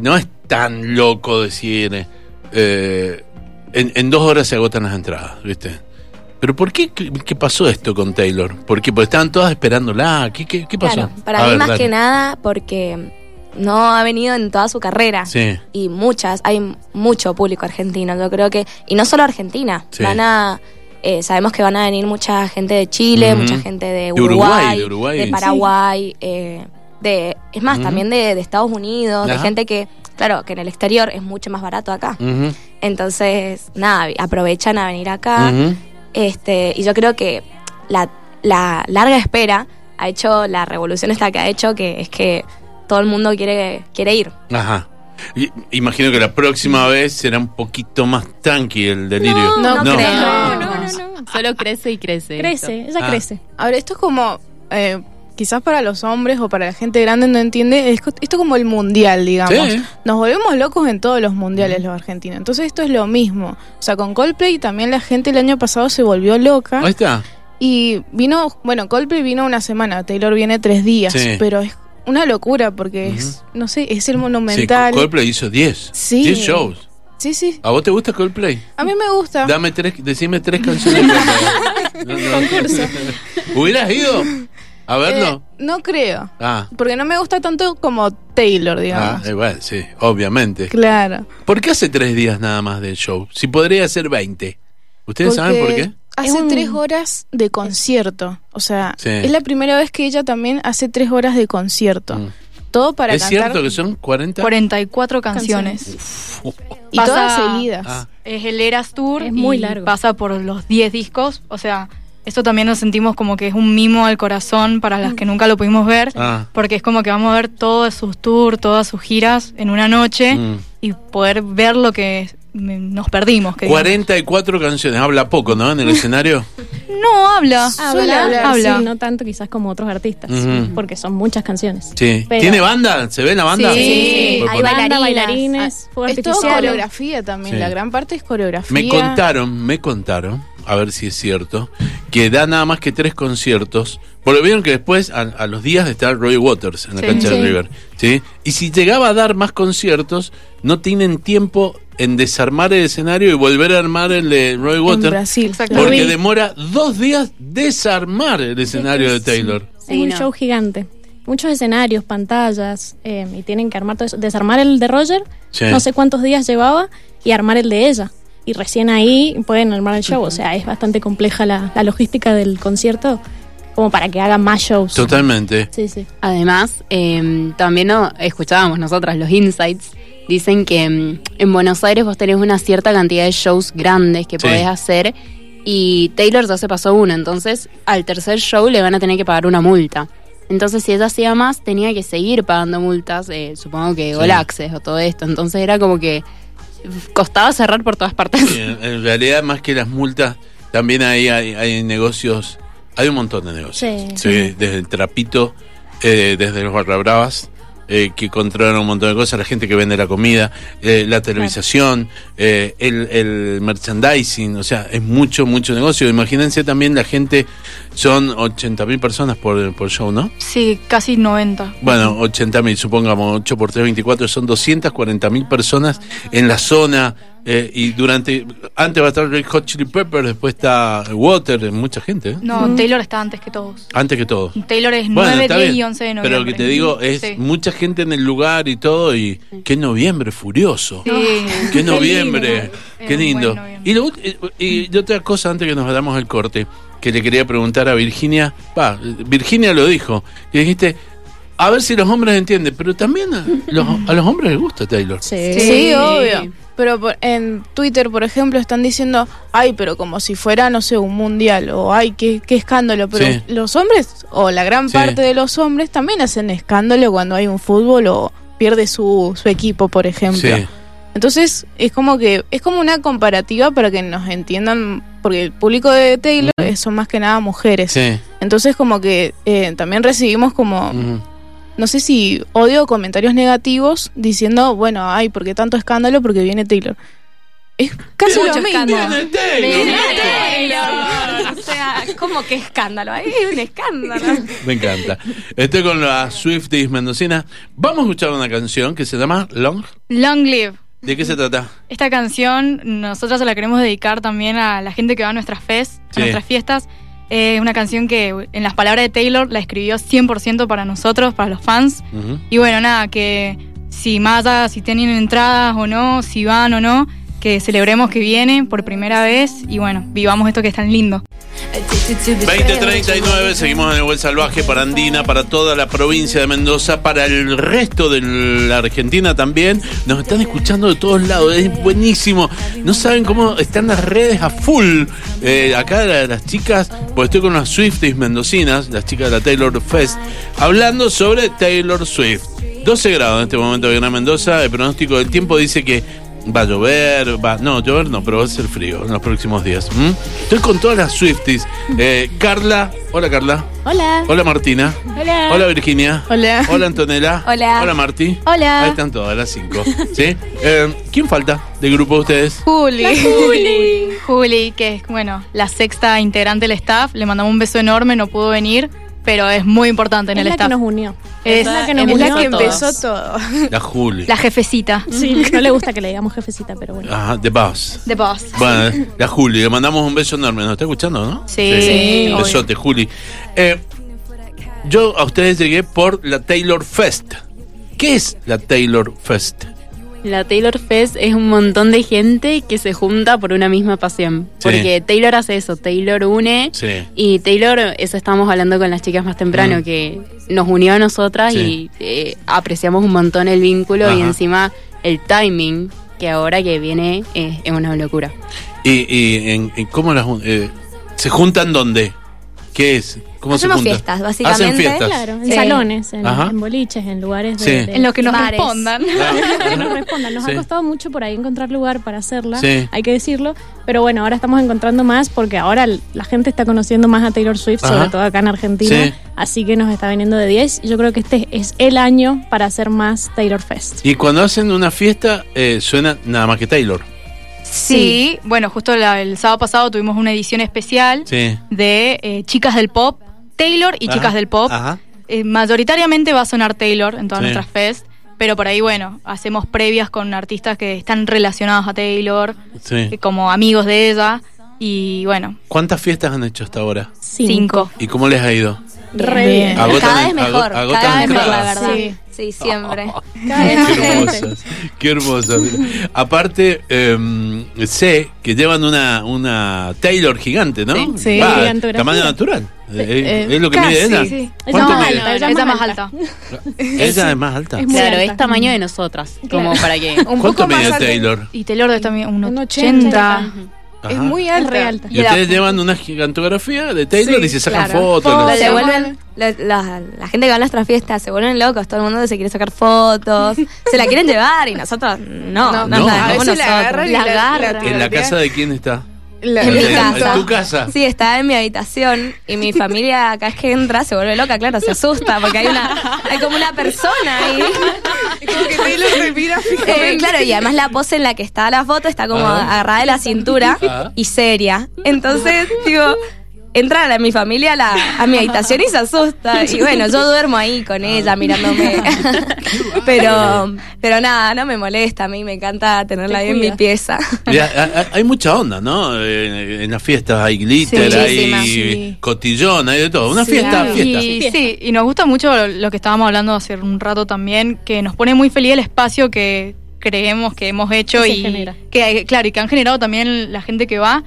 [SPEAKER 1] no es tan loco decir, eh, eh, en, en dos horas se agotan las entradas, ¿viste? Pero ¿por qué, qué, qué pasó esto con Taylor? ¿Por qué? Porque pues, estaban todas esperándola. Ah, ¿Qué, qué, qué pasó?
[SPEAKER 6] Claro, para
[SPEAKER 1] A
[SPEAKER 6] mí
[SPEAKER 1] ver,
[SPEAKER 6] más
[SPEAKER 1] dale.
[SPEAKER 6] que nada porque no ha venido en toda su carrera.
[SPEAKER 1] Sí.
[SPEAKER 6] Y muchas, hay mucho público argentino, yo creo que, y no solo Argentina,
[SPEAKER 1] Sí.
[SPEAKER 6] van a, eh, sabemos que van a venir mucha gente de Chile,
[SPEAKER 1] Ujú.
[SPEAKER 6] mucha gente de
[SPEAKER 1] De Uruguay,
[SPEAKER 6] Uruguay,
[SPEAKER 1] de Uruguay. Sí.
[SPEAKER 6] Paraguay, eh, de, es más,
[SPEAKER 1] Ujú.
[SPEAKER 6] también de, de Estados Unidos, de
[SPEAKER 1] Ajá.
[SPEAKER 6] gente que, claro, que en el exterior es mucho más barato acá.
[SPEAKER 1] Ujú,
[SPEAKER 6] Entonces, nada, aprovechan a venir acá.
[SPEAKER 1] ujú.
[SPEAKER 6] Este, y yo creo que la, la larga espera ha hecho la revolución esta que ha hecho, que es que todo el mundo quiere, quiere ir.
[SPEAKER 1] Ajá. Y- imagino que la próxima vez será un poquito más tranqui el delirio.
[SPEAKER 3] No, no creo.
[SPEAKER 2] No,
[SPEAKER 3] No,
[SPEAKER 2] no, no.
[SPEAKER 4] Solo crece y crece.
[SPEAKER 2] Crece, ella
[SPEAKER 1] Ah.
[SPEAKER 2] crece.
[SPEAKER 3] Ahora, esto es como, eh, quizás para los hombres o para la gente grande no entiende, es co- esto es como el mundial, digamos.
[SPEAKER 1] Sí.
[SPEAKER 3] Nos volvemos locos en todos los mundiales los argentinos. Entonces esto es lo mismo. O sea, con Coldplay también la gente el año pasado se volvió loca.
[SPEAKER 1] Ahí está.
[SPEAKER 3] Y vino, bueno, Coldplay vino una semana, Taylor viene tres días,
[SPEAKER 1] Sí.
[SPEAKER 3] pero es una locura porque es, no sé, es el
[SPEAKER 1] Sí,
[SPEAKER 3] monumental.
[SPEAKER 1] Coldplay hizo 10.
[SPEAKER 3] Sí.
[SPEAKER 1] 10 shows.
[SPEAKER 3] Sí, sí.
[SPEAKER 1] ¿A vos te gusta Coldplay?
[SPEAKER 3] A mí me gusta.
[SPEAKER 1] Dame tres, decime tres
[SPEAKER 3] *laughs*
[SPEAKER 1] canciones. de Coldplay. No, no. ¿Hubieras ido a
[SPEAKER 3] Eh,
[SPEAKER 1] verlo?
[SPEAKER 3] no creo.
[SPEAKER 1] Ah,
[SPEAKER 3] Porque no me gusta tanto como Taylor,
[SPEAKER 1] ah
[SPEAKER 3] digamos.
[SPEAKER 1] igual, sí, obviamente.
[SPEAKER 3] claro.
[SPEAKER 1] ¿Por qué hace tres días nada más del show? Si podría hacer 20. ¿Ustedes
[SPEAKER 3] Porque
[SPEAKER 1] saben por qué?
[SPEAKER 3] Hace
[SPEAKER 2] Es un-
[SPEAKER 3] tres horas de concierto. O sea,
[SPEAKER 1] Sí.
[SPEAKER 3] es la primera vez que ella también hace tres horas de concierto.
[SPEAKER 1] Mm.
[SPEAKER 3] Todo para
[SPEAKER 1] ¿Es
[SPEAKER 3] cantar.
[SPEAKER 1] cierto que son 40?
[SPEAKER 5] 44 canciones.
[SPEAKER 3] Y
[SPEAKER 5] Pasa-
[SPEAKER 3] todas seguidas.
[SPEAKER 1] Ah,
[SPEAKER 5] Es el Eras Tour.
[SPEAKER 2] Es muy
[SPEAKER 5] y
[SPEAKER 2] largo.
[SPEAKER 5] Pasa por los 10 discos. O sea, esto también nos sentimos como que es un mimo al corazón para
[SPEAKER 2] Mm.
[SPEAKER 5] las que nunca lo pudimos ver.
[SPEAKER 1] Ah.
[SPEAKER 5] Porque es como que vamos a ver todos sus tours, todas sus giras en una noche
[SPEAKER 1] Mm.
[SPEAKER 5] y poder ver lo que mm, nos perdimos. Que digamos.
[SPEAKER 1] 44 canciones. Habla poco, ¿no? En el escenario.
[SPEAKER 5] No habla.
[SPEAKER 3] Suele hablar,
[SPEAKER 5] habla.
[SPEAKER 2] Ah, Sí, no tanto quizás como otros artistas,
[SPEAKER 1] Ujú.
[SPEAKER 2] porque son muchas canciones.
[SPEAKER 1] Sí.
[SPEAKER 2] Pero-
[SPEAKER 1] ¿Tiene banda? ¿Se ve la banda?
[SPEAKER 5] Sí. Sí.
[SPEAKER 1] Por-
[SPEAKER 6] Hay
[SPEAKER 1] por-
[SPEAKER 6] bailarinas.
[SPEAKER 2] Banda, bailarines, fuego
[SPEAKER 3] Es todo
[SPEAKER 2] artificial.
[SPEAKER 3] coreografía también.
[SPEAKER 1] Sí.
[SPEAKER 3] La gran parte es coreografía.
[SPEAKER 1] Me contaron, me contaron, a ver si es cierto, que da nada más que tres conciertos. Porque vieron que después, a, a los días, está Roy Waters en la
[SPEAKER 5] Sí.
[SPEAKER 1] cancha de
[SPEAKER 3] Sí.
[SPEAKER 1] River. ¿sí? Y si llegaba a dar más conciertos, no tienen tiempo en desarmar el escenario y volver a armar el de Roy
[SPEAKER 3] en
[SPEAKER 1] Waters.
[SPEAKER 3] Brasil.
[SPEAKER 5] Exactamente.
[SPEAKER 1] Porque
[SPEAKER 5] Lo vi.
[SPEAKER 1] demora dos días desarmar el escenario de Taylor.
[SPEAKER 2] es
[SPEAKER 4] Sí,
[SPEAKER 2] un
[SPEAKER 4] no.
[SPEAKER 2] show gigante. Muchos escenarios, pantallas, eh, y tienen que armar todo eso. Desarmar el de Roger,
[SPEAKER 1] Sí.
[SPEAKER 2] no sé cuántos días llevaba, y armar el de ella. Y recién ahí pueden armar el show. O sea, es bastante compleja la, la logística del concierto como para que hagan más shows.
[SPEAKER 1] Totalmente.
[SPEAKER 2] Sí, sí.
[SPEAKER 4] Además, eh, también no, escuchábamos nosotras los insights. Dicen que mm, en Buenos Aires vos tenés una cierta cantidad de shows grandes que
[SPEAKER 1] Sí.
[SPEAKER 4] podés hacer y Taylor ya se pasó uno, entonces al tercer show le van a tener que pagar una multa. Entonces si ella hacía más tenía que seguir pagando multas, eh, supongo que
[SPEAKER 1] Sí.
[SPEAKER 4] All Access o todo esto, entonces era como que costaba cerrar por todas partes.
[SPEAKER 1] Sí, en- en realidad, más que las multas, también hay, hay, hay negocios, hay un montón de negocios.
[SPEAKER 2] Sí.
[SPEAKER 1] desde el trapito, eh, desde los barrabravas, eh, que controlan un montón de cosas, la gente que vende la comida, eh, la televisación, eh, el, el merchandising, o sea, es mucho, mucho negocio. Imagínense también la gente, son 80 mil personas por, por show, ¿no?
[SPEAKER 5] Sí, casi 90.
[SPEAKER 1] Bueno, 80 mil, supongamos, 8 por 3, 24, son 240 mil personas en la zona. eh, y durante. Antes va a estar Red Hot Chili Pepper, después está Water, mucha gente, ¿eh?
[SPEAKER 5] No, Taylor está antes que todos.
[SPEAKER 1] Antes que todo.
[SPEAKER 5] Taylor es
[SPEAKER 1] Bueno,
[SPEAKER 5] 9,
[SPEAKER 1] está
[SPEAKER 5] 10
[SPEAKER 1] bien,
[SPEAKER 5] y 11 de noviembre.
[SPEAKER 1] Pero lo que te digo es
[SPEAKER 5] Sí.
[SPEAKER 1] mucha gente en el lugar y todo, y qué noviembre furioso.
[SPEAKER 5] Sí.
[SPEAKER 1] *laughs* Qué noviembre,
[SPEAKER 5] lindo.
[SPEAKER 1] qué
[SPEAKER 5] Era un buen
[SPEAKER 1] lindo.
[SPEAKER 5] noviembre.
[SPEAKER 1] Y, lo ult- y- y otra cosa antes que nos damos el corte, que le quería preguntar a Virginia, va, Virginia lo dijo, que dijiste, a ver si los hombres entienden, pero también a los, a los hombres les gusta Taylor.
[SPEAKER 2] Sí.
[SPEAKER 3] Sí, obvio. Pero por- en Twitter, por ejemplo, están diciendo, ay, pero como si fuera, no sé, un mundial, o ay, qué, qué escándalo. Pero
[SPEAKER 1] Sí.
[SPEAKER 3] los hombres, o la gran
[SPEAKER 1] Sí.
[SPEAKER 3] parte de los hombres, también hacen escándalo cuando hay un fútbol o pierde su, su equipo, por ejemplo.
[SPEAKER 1] Sí.
[SPEAKER 3] Entonces, es como que, es como una comparativa para que nos entiendan, porque el público de Taylor eh, son más que nada mujeres.
[SPEAKER 1] Sí.
[SPEAKER 3] Entonces, como que eh, también recibimos como
[SPEAKER 1] Ujú.
[SPEAKER 3] no sé si odio comentarios negativos diciendo, bueno, ay, ¿por qué tanto escándalo? Porque viene Taylor. Es casi lo
[SPEAKER 6] Mucho
[SPEAKER 3] mismo.
[SPEAKER 6] escándalo.
[SPEAKER 1] Taylor.
[SPEAKER 6] O sea, ¿cómo que escándalo? Ahí Es un escándalo.
[SPEAKER 1] Me encanta. Estoy con la Swifties Mendocina. Vamos a escuchar una canción que se llama Long
[SPEAKER 5] Long Live.
[SPEAKER 1] ¿De qué se trata?
[SPEAKER 5] Esta canción nosotros se la queremos dedicar también a la gente que va a nuestras fes,
[SPEAKER 1] Sí.
[SPEAKER 5] a nuestras fiestas. Es una canción que, en las palabras de Taylor, la escribió 100% para nosotros, para los fans.
[SPEAKER 1] Ujú.
[SPEAKER 5] Y bueno, nada, que si mata, si tienen entradas o no, si van o no, que celebremos que viene por primera vez y bueno, vivamos esto que es tan lindo.
[SPEAKER 1] 2039, seguimos en el Buen Salvaje para Andina, para toda la provincia de Mendoza, para el resto de la Argentina también. Nos están escuchando de todos lados, es buenísimo. No saben cómo están las redes a full. Eh, acá la- las chicas, pues estoy con las Swifties mendocinas, las chicas de la Taylor Fest, hablando sobre Taylor Swift. 12 grados en este momento de Gran Mendoza, el pronóstico del tiempo dice que Va a llover, va, no, llover no, pero va a ser frío en los próximos días. ¿m? Estoy con todas las Swifties. Eh, Carla, hola Carla.
[SPEAKER 2] Hola.
[SPEAKER 1] Hola Martina.
[SPEAKER 2] Hola.
[SPEAKER 1] Hola Virginia.
[SPEAKER 3] Hola.
[SPEAKER 1] Hola Antonella.
[SPEAKER 6] Hola.
[SPEAKER 1] Hola Marti.
[SPEAKER 2] Hola.
[SPEAKER 1] Ahí están todas las cinco. ¿Sí? Eh, ¿Quién falta del grupo de
[SPEAKER 5] *laughs*
[SPEAKER 1] ustedes?
[SPEAKER 5] Juli. *laughs* Juli, que es, bueno, la sexta integrante del staff. Le mandamos un beso enorme, no pudo venir, pero es muy importante en
[SPEAKER 2] Es
[SPEAKER 5] el
[SPEAKER 2] la
[SPEAKER 5] staff.
[SPEAKER 2] que nos unió.
[SPEAKER 5] es
[SPEAKER 2] la que nos
[SPEAKER 5] es
[SPEAKER 3] Es la
[SPEAKER 2] unió
[SPEAKER 3] que
[SPEAKER 2] a todos.
[SPEAKER 3] empezó todo.
[SPEAKER 1] La Juli.
[SPEAKER 5] la jefecita
[SPEAKER 2] *laughs* Sí, no le gusta que le digamos jefecita, pero bueno.
[SPEAKER 1] Ajá, The Boss.
[SPEAKER 5] de Boss.
[SPEAKER 1] Bueno, eh, la Juli, le mandamos un beso enorme. ¿Nos está escuchando, no?
[SPEAKER 5] Sí,
[SPEAKER 1] Un
[SPEAKER 5] obvio.
[SPEAKER 1] Besote, Juli. Eh, yo a ustedes llegué por la Taylor Fest. ¿Qué es la Taylor Fest?
[SPEAKER 4] La Taylor Fest es un montón de gente que se junta por una misma pasión.
[SPEAKER 1] Sí.
[SPEAKER 4] Porque Taylor hace eso, Taylor une.
[SPEAKER 1] Sí.
[SPEAKER 4] Y Taylor, eso estábamos hablando con las chicas más temprano,
[SPEAKER 1] Mm.
[SPEAKER 4] que nos unió a nosotras
[SPEAKER 1] Sí.
[SPEAKER 4] y eh, apreciamos un montón el vínculo y
[SPEAKER 1] Ajá.
[SPEAKER 4] encima el timing, que ahora que viene eh, es una locura.
[SPEAKER 1] ¿Y, y en, en cómo las jun- eh, se juntan dónde? ¿Qué es? ¿Cómo se
[SPEAKER 6] Hacemos
[SPEAKER 1] juntan?
[SPEAKER 6] fiestas, básicamente,
[SPEAKER 1] Hacen fiestas.
[SPEAKER 2] Claro, en
[SPEAKER 6] Sí.
[SPEAKER 2] salones, en,
[SPEAKER 1] Ajá.
[SPEAKER 2] en boliches, en lugares de-
[SPEAKER 1] Sí.
[SPEAKER 2] de-
[SPEAKER 5] En lo que nos
[SPEAKER 6] Bares.
[SPEAKER 5] respondan.
[SPEAKER 1] Claro.
[SPEAKER 5] *laughs*
[SPEAKER 2] *laughs* que nos respondan. Nos
[SPEAKER 1] Sí.
[SPEAKER 2] ha costado mucho por ahí encontrar lugar para hacerla,
[SPEAKER 1] Sí.
[SPEAKER 2] hay que decirlo. Pero bueno, ahora estamos encontrando más porque ahora l- la gente está conociendo más a Taylor Swift,
[SPEAKER 1] Ajá.
[SPEAKER 2] sobre todo acá en Argentina.
[SPEAKER 1] Sí.
[SPEAKER 2] Así que nos está viniendo de 10. Y Yo creo que este es el año para hacer más Taylor Fest.
[SPEAKER 1] Y cuando hacen una fiesta, eh, suena nada más que Taylor.
[SPEAKER 5] Sí, bueno, justo la- el sábado pasado tuvimos una edición especial
[SPEAKER 1] Sí.
[SPEAKER 5] de eh, Chicas del Pop, Taylor y
[SPEAKER 1] Ajá,
[SPEAKER 5] Chicas del Pop.
[SPEAKER 1] Ajá.
[SPEAKER 5] Eh, mayoritariamente va a sonar Taylor en
[SPEAKER 1] Sí.
[SPEAKER 5] todas nuestras fest, pero por ahí, bueno, hacemos previas con artistas que están relacionados a Taylor, eh,
[SPEAKER 1] Sí.
[SPEAKER 5] como amigos de ella, y bueno,
[SPEAKER 1] ¿Cuántas fiestas han hecho hasta ahora?
[SPEAKER 5] cinco.
[SPEAKER 1] ¿Y cómo les ha ido?
[SPEAKER 2] Re bien.
[SPEAKER 1] Agotan
[SPEAKER 6] cada vez
[SPEAKER 1] en-
[SPEAKER 6] mejor,
[SPEAKER 1] agot- agotan
[SPEAKER 6] cada vez mejor, la
[SPEAKER 1] entradas.
[SPEAKER 6] verdad.
[SPEAKER 5] Sí.
[SPEAKER 1] *laughs*
[SPEAKER 6] Sí, siempre.
[SPEAKER 2] Cada vez más
[SPEAKER 1] Qué
[SPEAKER 2] gente.
[SPEAKER 1] hermosas, qué hermosas. Mira. Aparte, em, sé que llevan una, una Taylor gigante, ¿no?
[SPEAKER 3] Sí.
[SPEAKER 1] Va,
[SPEAKER 2] Gigantografía.
[SPEAKER 1] tamaño natural. Eh,
[SPEAKER 3] eh,
[SPEAKER 1] es lo que mide
[SPEAKER 3] casi,
[SPEAKER 1] ella.
[SPEAKER 5] sí.
[SPEAKER 2] Esa
[SPEAKER 1] ¿Cuánto
[SPEAKER 2] más
[SPEAKER 1] mide?
[SPEAKER 5] Ella
[SPEAKER 2] alta, ella
[SPEAKER 5] es
[SPEAKER 2] más
[SPEAKER 5] más
[SPEAKER 2] alta.
[SPEAKER 5] alta.
[SPEAKER 1] Ella es más alta.
[SPEAKER 2] Es muy
[SPEAKER 4] Claro,
[SPEAKER 2] alta.
[SPEAKER 4] es tamaño de nosotras, como para que...
[SPEAKER 3] *laughs* Un
[SPEAKER 1] ¿Cuánto
[SPEAKER 3] poco más
[SPEAKER 1] mide
[SPEAKER 3] alto.
[SPEAKER 1] Taylor?
[SPEAKER 5] Y Taylor debe estar un
[SPEAKER 3] Un
[SPEAKER 5] 80.
[SPEAKER 3] 80. Es
[SPEAKER 1] Ajá.
[SPEAKER 3] muy
[SPEAKER 2] Es re
[SPEAKER 3] alta.
[SPEAKER 2] alta.
[SPEAKER 1] Y ustedes
[SPEAKER 5] la-
[SPEAKER 1] llevan una gigantografía de Taylor
[SPEAKER 3] Sí,
[SPEAKER 1] y se sacan
[SPEAKER 6] claro.
[SPEAKER 1] fotos.
[SPEAKER 6] La,
[SPEAKER 1] ¿no?
[SPEAKER 6] se vuelven- la- la- la gente que va a nuestras fiestas se vuelven locos, todo el mundo se quiere sacar fotos, se la quieren llevar y nosotros no, no,
[SPEAKER 3] No,
[SPEAKER 6] no,
[SPEAKER 1] no.
[SPEAKER 6] la
[SPEAKER 1] A
[SPEAKER 6] dejamos
[SPEAKER 3] veces la
[SPEAKER 6] nosotros.
[SPEAKER 3] agarran y
[SPEAKER 6] La
[SPEAKER 3] la- la
[SPEAKER 6] agarran.
[SPEAKER 1] ¿En la casa de quién está?
[SPEAKER 3] La-
[SPEAKER 6] En mi
[SPEAKER 1] ¿En
[SPEAKER 6] casa.
[SPEAKER 1] tu casa?
[SPEAKER 6] Sí, está en mi habitación y mi familia cada vez que entra se vuelve loca, claro, se asusta porque hay una hay como una persona ahí.
[SPEAKER 3] Es como que Taylor te
[SPEAKER 6] *laughs*
[SPEAKER 3] mira
[SPEAKER 6] Eh,
[SPEAKER 3] fijamente.
[SPEAKER 6] claro, y además la pose en la que está la foto está como
[SPEAKER 1] Ah.
[SPEAKER 6] agarrada de la cintura
[SPEAKER 1] Ah.
[SPEAKER 6] y seria. Entonces, digo, entra a mi familia a, la- a mi habitación y se asusta. Y bueno, yo duermo ahí
[SPEAKER 1] Ah.
[SPEAKER 6] con ella mirándome.
[SPEAKER 1] *laughs*
[SPEAKER 6] pero, pero nada, no me molesta, a mí me encanta tenerla
[SPEAKER 2] Te
[SPEAKER 6] ahí en mi
[SPEAKER 2] cuida.
[SPEAKER 6] pieza.
[SPEAKER 1] Y ha- ha- hay, mucha onda, ¿no? Eh, En las fiestas hay glitter,
[SPEAKER 6] Sí,
[SPEAKER 1] hay
[SPEAKER 3] sí.
[SPEAKER 1] cotillón, hay de todo. Una fiesta,
[SPEAKER 2] claro.
[SPEAKER 1] fiesta.
[SPEAKER 5] Y sí, y nos gusta mucho lo- lo que estábamos hablando hace un rato también, que nos pone muy feliz el espacio que creemos que hemos hecho
[SPEAKER 2] Que se
[SPEAKER 5] y
[SPEAKER 2] genera.
[SPEAKER 5] que claro y que han generado también la gente que va.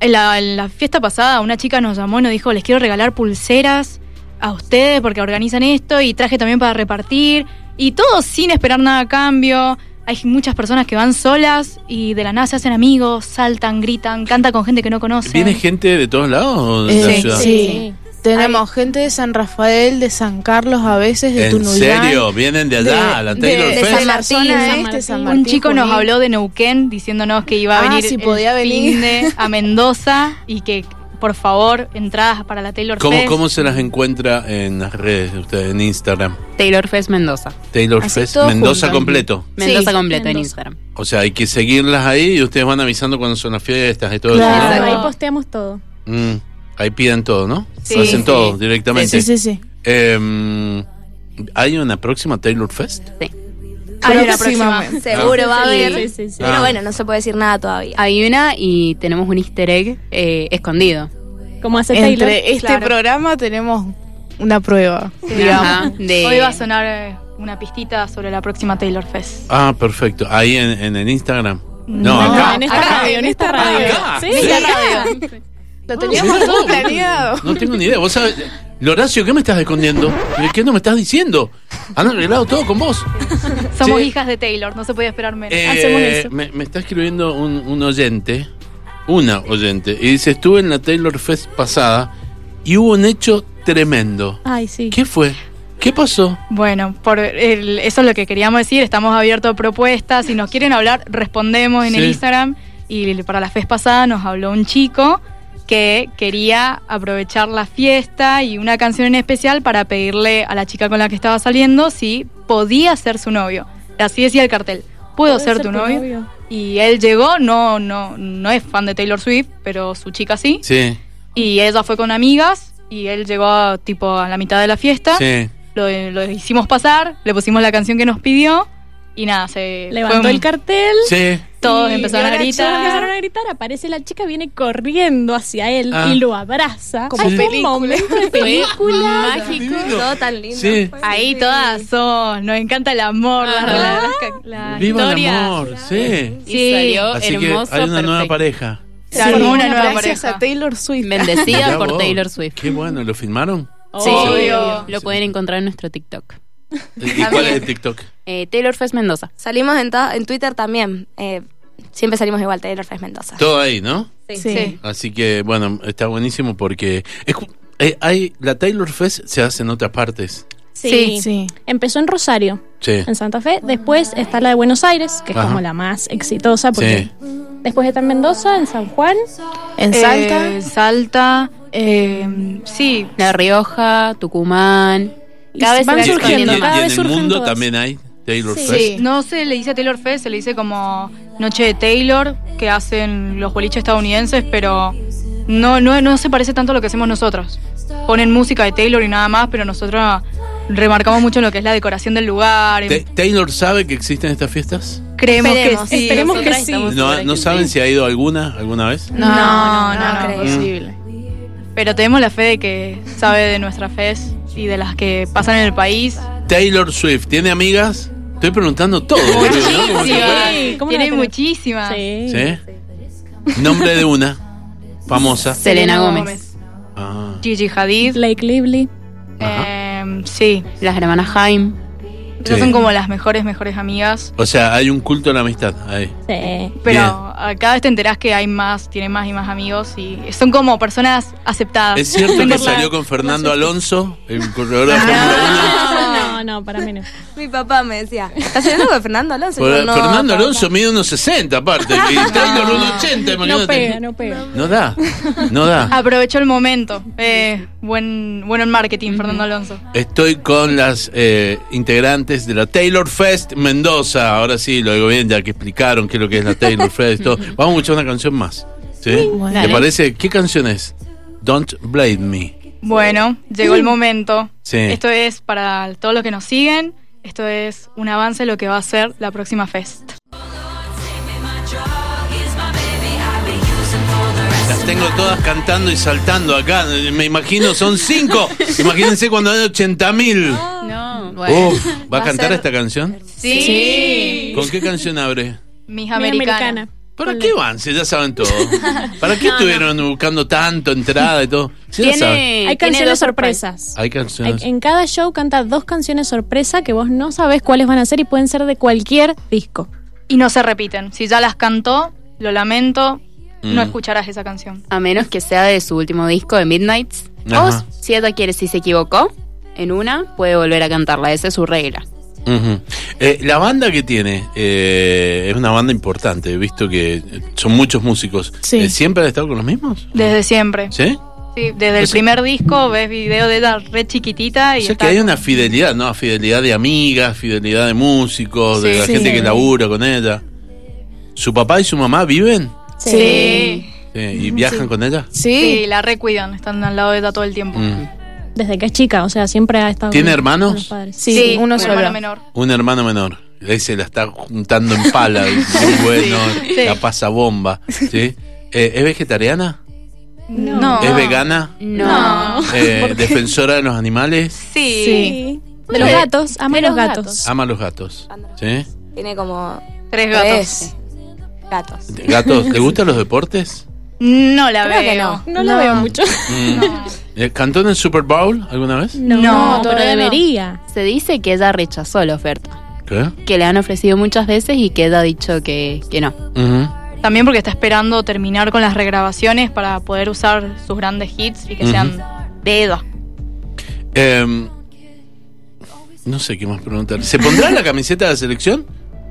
[SPEAKER 5] En la, en la fiesta pasada una chica nos llamó y nos dijo les quiero regalar pulseras a ustedes porque organizan esto y traje también para repartir y todo sin esperar nada a cambio. Hay muchas personas que van solas y de la nada se hacen amigos, saltan, gritan, cantan con gente que no conocen.
[SPEAKER 1] ¿Viene gente de todos lados de la
[SPEAKER 3] Eh,
[SPEAKER 1] ciudad?
[SPEAKER 3] Sí. Tenemos gente de San Rafael, de San Carlos a veces, de
[SPEAKER 1] ¿En
[SPEAKER 3] Tunuyán.
[SPEAKER 1] serio? ¿Vienen de allá, a la
[SPEAKER 3] de-
[SPEAKER 1] Taylor
[SPEAKER 3] de
[SPEAKER 1] Fest?
[SPEAKER 3] San Martín,
[SPEAKER 6] San
[SPEAKER 3] este,
[SPEAKER 2] Martín.
[SPEAKER 3] San
[SPEAKER 2] Un
[SPEAKER 3] Martín,
[SPEAKER 5] Un chico nos
[SPEAKER 3] Junín.
[SPEAKER 5] habló de Neuquén diciéndonos que iba a
[SPEAKER 3] Ah,
[SPEAKER 5] venir
[SPEAKER 3] si
[SPEAKER 5] el
[SPEAKER 3] podía venir. *laughs*
[SPEAKER 5] fin de a Mendoza y que por favor entradas para la Taylor
[SPEAKER 1] ¿Cómo,
[SPEAKER 5] Fest.
[SPEAKER 1] ¿Cómo se las encuentra en las redes de ustedes, en Instagram?
[SPEAKER 4] Taylor Fest Mendoza.
[SPEAKER 1] Taylor
[SPEAKER 3] Así
[SPEAKER 1] Fest
[SPEAKER 3] todo
[SPEAKER 1] Mendoza
[SPEAKER 3] junto.
[SPEAKER 1] completo.
[SPEAKER 4] Mendoza
[SPEAKER 3] Sí,
[SPEAKER 4] completo en
[SPEAKER 2] Mendoza.
[SPEAKER 4] Instagram.
[SPEAKER 1] O sea, hay que seguirlas ahí y ustedes van avisando cuando son las fiestas y todo
[SPEAKER 3] Claro.
[SPEAKER 1] eso.
[SPEAKER 2] Ahí
[SPEAKER 3] Claro.
[SPEAKER 2] posteamos todo.
[SPEAKER 1] ¿no? Mm, ahí piden todo, ¿no?
[SPEAKER 5] Sí,
[SPEAKER 1] Lo hacen
[SPEAKER 5] sí.
[SPEAKER 1] todo directamente.
[SPEAKER 3] Sí, sí, sí.
[SPEAKER 1] Em, ¿Hay una próxima Taylor Fest?
[SPEAKER 4] Sí.
[SPEAKER 5] Hay una
[SPEAKER 3] Próximamente.
[SPEAKER 6] Seguro va a haber.
[SPEAKER 2] Sí, sí, sí.
[SPEAKER 6] Pero
[SPEAKER 1] Ah.
[SPEAKER 6] bueno, no se puede decir nada todavía.
[SPEAKER 4] Hay una y tenemos un easter egg eh, escondido.
[SPEAKER 2] Como hace Taylor.
[SPEAKER 3] Entre este
[SPEAKER 6] Claro.
[SPEAKER 3] programa tenemos una prueba.
[SPEAKER 4] Ajá, de-
[SPEAKER 5] Hoy va a sonar eh, una pistita sobre la próxima Taylor Fest.
[SPEAKER 1] Ah, perfecto. Ahí en, en el Instagram. No,
[SPEAKER 5] No,
[SPEAKER 1] acá.
[SPEAKER 2] en esta
[SPEAKER 3] acá,
[SPEAKER 2] radio, en esta radio.
[SPEAKER 1] acá.
[SPEAKER 2] Sí,
[SPEAKER 1] Sí.
[SPEAKER 3] Lo teníamos
[SPEAKER 1] ¿Sí?
[SPEAKER 3] todo planeado.
[SPEAKER 1] No tengo ni idea. Vos sabés, Horacio, ¿qué me estás escondiendo? ¿Qué no me estás diciendo? Han arreglado todo con vos.
[SPEAKER 5] Somos
[SPEAKER 1] Sí.
[SPEAKER 5] hijas de Taylor, no se podía esperar menos.
[SPEAKER 1] Eh,
[SPEAKER 2] Hacemos eso.
[SPEAKER 1] Me, me está escribiendo un, un oyente, una oyente, y dice, estuve en la Taylor Fest pasada y hubo un hecho tremendo.
[SPEAKER 2] Ay, sí.
[SPEAKER 1] ¿Qué fue? ¿Qué pasó?
[SPEAKER 5] Bueno, por el- eso es lo que queríamos decir. Estamos abiertos a propuestas. Si nos quieren hablar, respondemos en
[SPEAKER 1] Sí.
[SPEAKER 5] el Instagram. Y para la FES pasada nos habló un chico que quería aprovechar la fiesta y una canción en especial para pedirle a la chica con la que estaba saliendo si podía ser su novio. Así decía el cartel. ¿Puedo ser, tu, novio? Y él llegó, no, no, no es fan de Taylor Swift, pero su chica sí.
[SPEAKER 1] Sí,
[SPEAKER 5] Y ella fue con amigas y él llegó tipo a la mitad de la fiesta
[SPEAKER 1] sí.
[SPEAKER 5] lo, lo hicimos pasar, le pusimos la canción que nos pidió y nada, se
[SPEAKER 2] Levantó
[SPEAKER 5] fue un-
[SPEAKER 2] el cartel.
[SPEAKER 1] Sí.
[SPEAKER 5] Todos
[SPEAKER 2] y
[SPEAKER 5] empezaron a
[SPEAKER 2] lloran, lloran, empezaron
[SPEAKER 5] gritar.
[SPEAKER 2] a gritar, aparece la chica, viene corriendo hacia él
[SPEAKER 1] Ah.
[SPEAKER 2] y lo abraza.
[SPEAKER 1] Como
[SPEAKER 2] Ay, fue un
[SPEAKER 1] película.
[SPEAKER 2] momento
[SPEAKER 1] *laughs*
[SPEAKER 2] de película.
[SPEAKER 1] Mágico.
[SPEAKER 6] Todo tan lindo.
[SPEAKER 1] Sí.
[SPEAKER 6] Fue
[SPEAKER 5] Ahí
[SPEAKER 6] así.
[SPEAKER 5] todas son, nos encanta el amor, la, la- la- la
[SPEAKER 1] Viva el
[SPEAKER 5] historia.
[SPEAKER 1] amor, sí.
[SPEAKER 4] Y
[SPEAKER 5] Sí.
[SPEAKER 4] salió
[SPEAKER 1] Así que hay
[SPEAKER 4] hermoso.
[SPEAKER 1] una nueva
[SPEAKER 4] perfecto.
[SPEAKER 1] pareja.
[SPEAKER 5] Se armó una nueva
[SPEAKER 3] Gracias
[SPEAKER 5] pareja.
[SPEAKER 3] a Taylor Swift.
[SPEAKER 1] Mirá
[SPEAKER 4] Bendecida por
[SPEAKER 1] vos.
[SPEAKER 4] Taylor Swift.
[SPEAKER 1] Qué bueno, ¿lo filmaron?
[SPEAKER 4] Sí,
[SPEAKER 5] Obvio.
[SPEAKER 4] lo pueden encontrar en nuestro TikTok.
[SPEAKER 1] ¿Y cuál es el TikTok?
[SPEAKER 4] Eh, Taylor Fest Mendoza.
[SPEAKER 6] Salimos en, to- en Twitter también. eh, siempre salimos igual, Taylor Fest Mendoza.
[SPEAKER 1] Todo ahí, ¿no?
[SPEAKER 5] Sí.
[SPEAKER 1] Así que, bueno, está buenísimo porque... es cu- eh, hay, la Taylor Fest se hace en otras partes.
[SPEAKER 2] Sí.
[SPEAKER 3] Sí.
[SPEAKER 2] Empezó en Rosario,
[SPEAKER 1] Sí.
[SPEAKER 2] en Santa Fe. Después está la de Buenos Aires, que es
[SPEAKER 1] Ajá.
[SPEAKER 2] como la más exitosa. Porque Después está en Mendoza, en San Juan.
[SPEAKER 3] En
[SPEAKER 5] Eh,
[SPEAKER 3] Salta.
[SPEAKER 5] Salta. eh, sí,
[SPEAKER 4] La Rioja, Tucumán. Cada
[SPEAKER 2] Y
[SPEAKER 4] vez se
[SPEAKER 2] van
[SPEAKER 4] va
[SPEAKER 1] Y en
[SPEAKER 2] surgiendo,
[SPEAKER 4] expandiendo
[SPEAKER 1] el,
[SPEAKER 2] cada
[SPEAKER 1] y en
[SPEAKER 2] vez
[SPEAKER 1] el
[SPEAKER 2] surgen
[SPEAKER 1] mundo
[SPEAKER 2] todas.
[SPEAKER 1] también hay Taylor
[SPEAKER 2] Sí.
[SPEAKER 1] Fest.
[SPEAKER 3] Sí.
[SPEAKER 5] no se le dice a Taylor Fest, se le dice como Noche de Taylor, que hacen los boliches estadounidenses, pero no, no, no se parece tanto a lo que hacemos nosotros. Ponen música de Taylor y nada más, pero nosotros remarcamos mucho en lo que es la decoración del lugar. en-
[SPEAKER 1] Ta- ¿Taylor sabe que existen estas fiestas?
[SPEAKER 5] Creemos
[SPEAKER 6] Esperemos,
[SPEAKER 5] que sí.
[SPEAKER 2] esperemos que
[SPEAKER 5] nosotras
[SPEAKER 2] sí.
[SPEAKER 5] estamos
[SPEAKER 1] No,
[SPEAKER 5] seguras
[SPEAKER 1] ¿No
[SPEAKER 5] que
[SPEAKER 1] saben
[SPEAKER 5] sí.
[SPEAKER 1] si ha ido alguna alguna vez?
[SPEAKER 5] No, no, no, no,
[SPEAKER 6] creo.
[SPEAKER 3] Imposible.
[SPEAKER 5] Pero tenemos la fe de que sabe de nuestra fe y de las que pasan en el país.
[SPEAKER 1] Taylor Swift, ¿tiene amigas? Estoy preguntando todo. boludo, ¿no? Como si fuera-
[SPEAKER 2] Sí, ¿cómo no
[SPEAKER 5] Tiene
[SPEAKER 2] la tenemos?
[SPEAKER 5] muchísimas.
[SPEAKER 2] Sí.
[SPEAKER 1] ¿Sí? Nombre de una. Famosa.
[SPEAKER 4] Selena Gómez.
[SPEAKER 1] Ah,
[SPEAKER 5] Gigi Hadid.
[SPEAKER 2] Blake Lively.
[SPEAKER 1] ajá.
[SPEAKER 5] eh, sí.
[SPEAKER 4] Las hermanas Haim.
[SPEAKER 5] Esas
[SPEAKER 1] Sí.
[SPEAKER 5] son como las mejores, mejores amigas.
[SPEAKER 1] O sea, hay un culto a la amistad ahí.
[SPEAKER 2] Sí.
[SPEAKER 5] Pero
[SPEAKER 1] Bien.
[SPEAKER 5] a- cada vez te enterás que hay más, tiene más y más amigos y son como personas aceptadas.
[SPEAKER 1] ¿Es cierto
[SPEAKER 5] Ah. Por
[SPEAKER 1] que
[SPEAKER 5] la- Ah,
[SPEAKER 1] salió con Fernando Alonso, el corredor de la Fórmula
[SPEAKER 2] No, no, para mí no.
[SPEAKER 6] Mi papá me decía, ¿estás saliendo con Fernando Alonso?
[SPEAKER 1] 1?
[SPEAKER 6] Yo, "No,
[SPEAKER 1] Fernando
[SPEAKER 6] papá".
[SPEAKER 1] Alonso mide unos 60 aparte. Y Taylor unos 80,
[SPEAKER 2] No pega,
[SPEAKER 1] imagínate.
[SPEAKER 2] no pega.
[SPEAKER 1] No da, no da.
[SPEAKER 5] Aprovechó el momento. Eh, buen, bueno en marketing, Fernando Alonso.
[SPEAKER 1] Estoy con las eh, integrantes de la Taylor Fest Mendoza. Ahora sí, lo digo bien, ya que explicaron qué es lo que es la Taylor Fest. y todo. Vamos a escuchar una canción más. ¿Sí? ¿Te
[SPEAKER 4] Dale.
[SPEAKER 1] parece? ¿Qué canción es? Don't Blame Me.
[SPEAKER 5] Bueno, llegó el momento.
[SPEAKER 1] Sí.
[SPEAKER 5] Esto es para todos los que nos siguen. Esto es un avance de lo que va a ser la próxima Fest.
[SPEAKER 1] Las tengo todas cantando y saltando acá. Me imagino, son cinco. Imagínense cuando hay 80 mil.
[SPEAKER 4] No,
[SPEAKER 1] Uf, ¿va a cantar esta canción?
[SPEAKER 5] Sí.
[SPEAKER 1] ¿Con qué canción abre?
[SPEAKER 5] Mis
[SPEAKER 2] Muy
[SPEAKER 5] americanas.
[SPEAKER 2] americana.
[SPEAKER 1] ¿Para qué van? Si ya saben todo. ¿Para qué estuvieron buscando tanto entrada y todo? Si ya saben.
[SPEAKER 4] Tiene,
[SPEAKER 2] Hay
[SPEAKER 4] tiene
[SPEAKER 2] canciones
[SPEAKER 4] dos sorpresas.
[SPEAKER 2] sorpresas.
[SPEAKER 1] Hay
[SPEAKER 2] Hay-
[SPEAKER 1] canciones.
[SPEAKER 2] en cada show canta dos canciones sorpresa que vos no sabés cuáles van a ser y pueden ser de cualquier disco.
[SPEAKER 5] Y no se repiten. Si ya las cantó, lo lamento,
[SPEAKER 1] Mm.
[SPEAKER 5] no escucharás esa canción.
[SPEAKER 4] A menos que sea de su último disco, de Midnights.
[SPEAKER 1] Ajá.
[SPEAKER 4] O si ella quiere, si se equivocó en una, puede volver a cantarla. Esa es su regla.
[SPEAKER 1] Ujú. Eh, la banda que tiene eh, es una banda importante. He visto que eh, son muchos músicos.
[SPEAKER 3] Sí.
[SPEAKER 1] Eh, ¿Siempre han estado con los mismos?
[SPEAKER 5] Desde siempre.
[SPEAKER 1] ¿Sí?
[SPEAKER 5] Sí, desde
[SPEAKER 1] O
[SPEAKER 5] el
[SPEAKER 1] sea-
[SPEAKER 5] primer disco ves video de ella re chiquitita
[SPEAKER 1] O
[SPEAKER 5] y
[SPEAKER 1] sea que
[SPEAKER 5] está-
[SPEAKER 1] hay una fidelidad, ¿no? Fidelidad de amigas, fidelidad de músicos, de
[SPEAKER 5] Sí.
[SPEAKER 1] la
[SPEAKER 5] Sí.
[SPEAKER 1] gente que labura con ella. ¿Su papá y su mamá viven?
[SPEAKER 5] Sí.
[SPEAKER 1] Sí, ¿Y viajan con ella?
[SPEAKER 5] Mm, Sí,
[SPEAKER 3] Sí.
[SPEAKER 5] la recuidan, están al lado de ella todo el tiempo.
[SPEAKER 1] Mm.
[SPEAKER 2] Desde que es chica, o sea, siempre ha estado.
[SPEAKER 1] ¿Tiene
[SPEAKER 2] con-
[SPEAKER 1] hermanos?
[SPEAKER 2] con los padres.
[SPEAKER 3] Sí, uno
[SPEAKER 5] un
[SPEAKER 3] solo.
[SPEAKER 5] hermano menor.
[SPEAKER 1] Un hermano menor. Ahí se la está juntando en pala. dice, "Muy bueno,
[SPEAKER 5] *laughs* sí.
[SPEAKER 1] la pasa bomba. ¿sí? Eh, ¿Es vegetariana?
[SPEAKER 5] No.
[SPEAKER 1] ¿Es vegana?
[SPEAKER 4] No.
[SPEAKER 1] Eh,
[SPEAKER 5] *laughs*
[SPEAKER 1] ¿Defensora de los animales?
[SPEAKER 5] Sí.
[SPEAKER 2] Sí. De los
[SPEAKER 1] Eh,
[SPEAKER 2] gatos, ama
[SPEAKER 4] de
[SPEAKER 2] los
[SPEAKER 4] los
[SPEAKER 2] gatos. Ah.
[SPEAKER 1] Ama los gatos. ¿sí?
[SPEAKER 6] Tiene como
[SPEAKER 5] Tres gatos.
[SPEAKER 6] tres gatos.
[SPEAKER 1] ¿Gatos? ¿Le gustan los
[SPEAKER 5] *laughs*
[SPEAKER 1] deportes?
[SPEAKER 5] No la
[SPEAKER 6] Creo que
[SPEAKER 5] veo.
[SPEAKER 6] no.
[SPEAKER 2] No, la veo mucho.
[SPEAKER 1] Mm. Eh, ¿Cantó en el Super Bowl alguna vez?
[SPEAKER 2] No, pero
[SPEAKER 3] todavía no.
[SPEAKER 2] debería.
[SPEAKER 4] Se dice que ella rechazó la oferta,
[SPEAKER 1] ¿Qué?
[SPEAKER 4] que le han ofrecido muchas veces y que ella ha dicho que, que no.
[SPEAKER 1] Ujú.
[SPEAKER 5] También porque está esperando terminar con las regrabaciones para poder usar sus grandes hits y que
[SPEAKER 1] Ujú.
[SPEAKER 5] sean de Eva.
[SPEAKER 1] Em, no sé qué más preguntar. ¿Se pondrá la camiseta de la selección?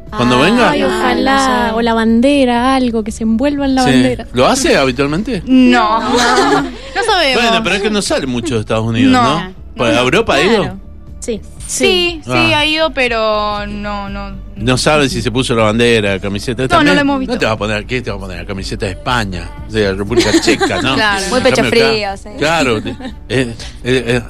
[SPEAKER 1] Cuando venga.
[SPEAKER 2] Ay, ojalá. O la bandera, algo que se envuelva en la
[SPEAKER 1] Sí.
[SPEAKER 2] bandera.
[SPEAKER 1] ¿Lo hace habitualmente?
[SPEAKER 5] No. *laughs* No, sabemos.
[SPEAKER 1] Bueno, pero es que no sale mucho de Estados Unidos,
[SPEAKER 5] No.
[SPEAKER 1] ¿no? ¿Para Europa ha ido?
[SPEAKER 2] Sí.
[SPEAKER 5] Sí, sí,
[SPEAKER 1] Ah.
[SPEAKER 5] ha ido, pero no, no.
[SPEAKER 1] No sabe si se puso la bandera, camiseta.
[SPEAKER 5] no lo hemos visto.
[SPEAKER 1] No te vas a poner, ¿qué te vas a poner? La camiseta de España, de la República
[SPEAKER 5] *laughs*
[SPEAKER 1] Checa, ¿no?
[SPEAKER 5] Claro.
[SPEAKER 6] Muy
[SPEAKER 1] En cambio,
[SPEAKER 6] pecho
[SPEAKER 1] acá-
[SPEAKER 6] frío, sí.
[SPEAKER 1] Claro, eh, eh,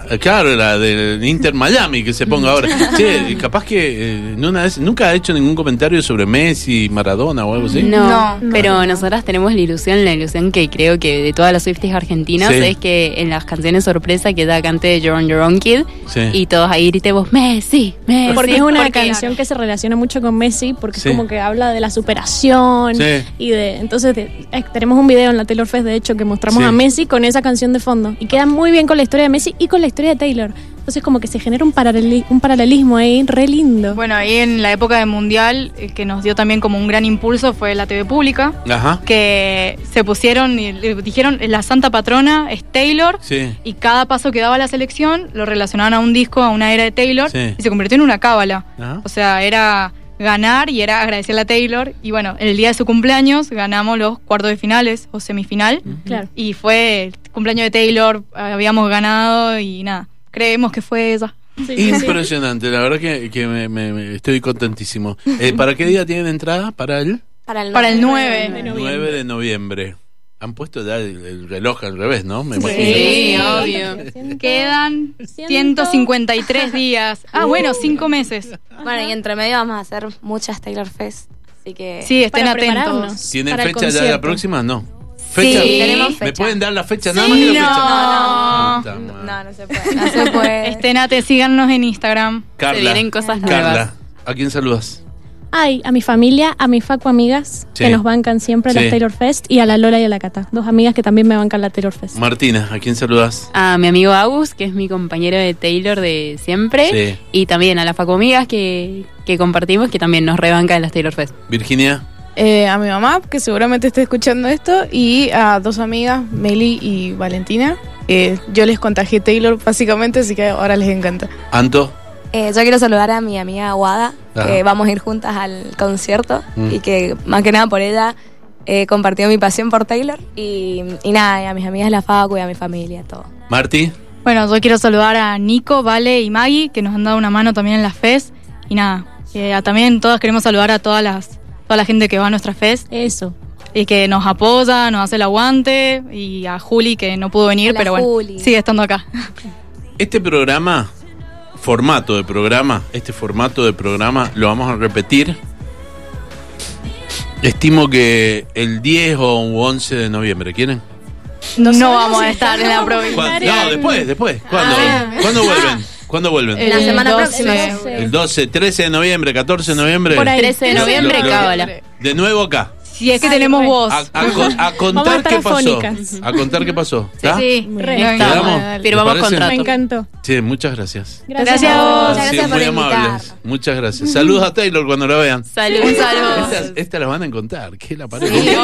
[SPEAKER 1] eh, claro, la del Inter Miami que se ponga
[SPEAKER 5] *laughs*
[SPEAKER 1] ahora. Che, capaz que eh, en una vez- nunca ha hecho ningún comentario sobre Messi, Maradona o algo así.
[SPEAKER 4] No,
[SPEAKER 5] No.
[SPEAKER 4] pero nosotras tenemos la ilusión, la ilusión que creo que de todas las Swifties argentinas
[SPEAKER 1] Sí.
[SPEAKER 4] es que en las canciones sorpresa que da cante You're on Your Own Kid
[SPEAKER 1] Sí.
[SPEAKER 4] y todos ahí gritemos Messi, Messi.
[SPEAKER 2] Porque es una
[SPEAKER 5] porque-
[SPEAKER 2] canción que se relaciona mucho con Messi, porque
[SPEAKER 1] Sí.
[SPEAKER 2] es como que habla de la superación
[SPEAKER 1] Sí.
[SPEAKER 2] y de... Entonces de- eh, tenemos un video en la Taylor Fest, de hecho, que mostramos
[SPEAKER 1] Sí.
[SPEAKER 2] a Messi con esa canción de fondo. Y queda muy bien con la historia de Messi y con la historia de Taylor. Entonces como que se genera un, paraleli- un paralelismo ahí re lindo.
[SPEAKER 5] Bueno, ahí en la época del Mundial, el que nos dio también como un gran impulso fue la TV pública,
[SPEAKER 1] Ajá.
[SPEAKER 5] que se pusieron y le dijeron, la santa patrona es Taylor,
[SPEAKER 1] Sí.
[SPEAKER 5] y cada paso que daba la selección lo relacionaban a un disco, a una era de Taylor,
[SPEAKER 1] Sí.
[SPEAKER 5] y se convirtió en una cábala.
[SPEAKER 1] Ajá.
[SPEAKER 5] O sea, era ganar y era agradecerle a Taylor. Y bueno, el día de su cumpleaños ganamos los cuartos de finales o semifinal.
[SPEAKER 2] Claro.
[SPEAKER 5] Y fue el cumpleaños de Taylor, habíamos ganado y nada, creemos que fue ella.
[SPEAKER 2] Sí, sí, sí.
[SPEAKER 1] Impresionante, la verdad que, que me, me- me- estoy contentísimo. Eh, ¿Para qué día tienen entrada? Para el
[SPEAKER 6] Para el
[SPEAKER 5] Para el
[SPEAKER 6] nueve.
[SPEAKER 5] 9.
[SPEAKER 2] Noviembre.
[SPEAKER 1] 9 de noviembre. Han puesto ya el, el reloj al revés, ¿no? Me
[SPEAKER 5] Sí,
[SPEAKER 1] imagino.
[SPEAKER 5] obvio. Quedan
[SPEAKER 2] Ciento- *laughs*
[SPEAKER 5] 153 días. Ah, bueno, 5 meses.
[SPEAKER 6] Bueno, y entre medio vamos a hacer muchas Taylor Fest. Así que.
[SPEAKER 5] Sí, estén
[SPEAKER 2] Para
[SPEAKER 5] atentos.
[SPEAKER 2] prepararnos.
[SPEAKER 1] ¿Tienen
[SPEAKER 2] Para el
[SPEAKER 1] fecha ya de la
[SPEAKER 2] concierto.
[SPEAKER 1] próxima? No. ¿Fecha?
[SPEAKER 6] tenemos
[SPEAKER 1] ¿Me
[SPEAKER 6] fecha.
[SPEAKER 1] pueden dar la fecha? Nada más que la
[SPEAKER 5] no.
[SPEAKER 1] fecha. Puta
[SPEAKER 6] No,
[SPEAKER 1] madre.
[SPEAKER 6] no se puede. No se
[SPEAKER 5] *laughs*
[SPEAKER 6] puede.
[SPEAKER 5] Estén atentos, síganos en Instagram.
[SPEAKER 1] Carla,
[SPEAKER 4] Se vienen cosas nuevas.
[SPEAKER 1] Carla, ¿a quién saludas?
[SPEAKER 2] Ay, a mi familia, a mi facu amigas,
[SPEAKER 1] Sí.
[SPEAKER 2] que nos bancan siempre a
[SPEAKER 1] Sí.
[SPEAKER 2] las Taylor Fest, y a la Lola y a la Cata, dos amigas que también me bancan la Taylor Fest.
[SPEAKER 1] Martina, ¿a quién saludas?
[SPEAKER 4] A mi amigo Agus, que es mi compañero de Taylor de siempre,
[SPEAKER 1] Sí.
[SPEAKER 4] y también a las facomigas que, que compartimos, que también nos rebanca en las Taylor Fest.
[SPEAKER 1] Virginia.
[SPEAKER 3] Eh, a mi mamá, que seguramente esté escuchando esto, y a dos amigas, Meli y Valentina. Eh, yo les contagié Taylor básicamente, así que ahora les encanta.
[SPEAKER 1] Anto.
[SPEAKER 6] Eh, yo quiero saludar a mi amiga Wada,
[SPEAKER 1] Ajá.
[SPEAKER 6] que vamos a ir juntas al concierto
[SPEAKER 1] Mm.
[SPEAKER 6] y que más que nada por ella he compartido mi pasión por Taylor y, y nada, y a mis amigas de la facu y a mi familia, todo.
[SPEAKER 1] Marti.
[SPEAKER 5] Bueno, yo quiero saludar a Nico, Vale y Maggie, que nos han dado una mano también en las FES. Y nada, que a- también todas queremos saludar a todas las, toda la gente que va a nuestra FES
[SPEAKER 2] Eso.
[SPEAKER 5] y que nos apoya, nos hace el aguante. Y a Juli, que no pudo venir,
[SPEAKER 6] Hola,
[SPEAKER 5] pero bueno,
[SPEAKER 6] Juli.
[SPEAKER 5] sigue estando acá.
[SPEAKER 1] Este programa, formato de programa, este formato de programa lo vamos a repetir. Estimo que el 10 o 11 de noviembre, ¿quieren?
[SPEAKER 5] No, vamos a estar en la provincia.
[SPEAKER 1] ¿Cuándo? No, después, después. ¿Cuándo,
[SPEAKER 2] Ah.
[SPEAKER 1] ¿cuándo vuelven? ¿Cuándo vuelven?
[SPEAKER 2] Eh.
[SPEAKER 5] El
[SPEAKER 6] La
[SPEAKER 3] Eh,
[SPEAKER 6] semana
[SPEAKER 5] 12.
[SPEAKER 6] próxima.
[SPEAKER 1] El 12, 13 de noviembre, 14 de noviembre.
[SPEAKER 2] Por ahí.
[SPEAKER 4] 13 de
[SPEAKER 1] Lo-
[SPEAKER 4] noviembre,
[SPEAKER 1] lo- lo-
[SPEAKER 4] cábala.
[SPEAKER 1] De nuevo acá.
[SPEAKER 5] Si es que tenemos voz.
[SPEAKER 1] A, a con- a
[SPEAKER 2] Vamos a
[SPEAKER 1] contar
[SPEAKER 2] estar
[SPEAKER 1] qué pasó.
[SPEAKER 2] afónicas.
[SPEAKER 1] A contar qué pasó. ¿Está?
[SPEAKER 5] Sí,
[SPEAKER 2] Re.
[SPEAKER 5] venga.
[SPEAKER 1] ¿Quedamos?
[SPEAKER 3] Dale.
[SPEAKER 1] ¿Te
[SPEAKER 4] Firmamos
[SPEAKER 1] parece?
[SPEAKER 4] contrato.
[SPEAKER 2] Me encantó.
[SPEAKER 1] Sí, muchas gracias.
[SPEAKER 5] Gracias a
[SPEAKER 2] Oh,
[SPEAKER 5] vos.
[SPEAKER 1] Han sido
[SPEAKER 6] Muchas gracias por
[SPEAKER 1] muy
[SPEAKER 6] invitarnos.
[SPEAKER 1] amables. Muchas gracias. Saludos a Taylor cuando la vean.
[SPEAKER 4] Salud,
[SPEAKER 1] Estas, estas las van a encontrar. ¿Qué la pared?
[SPEAKER 3] *laughs*
[SPEAKER 1] ¿Con qué- ¿Con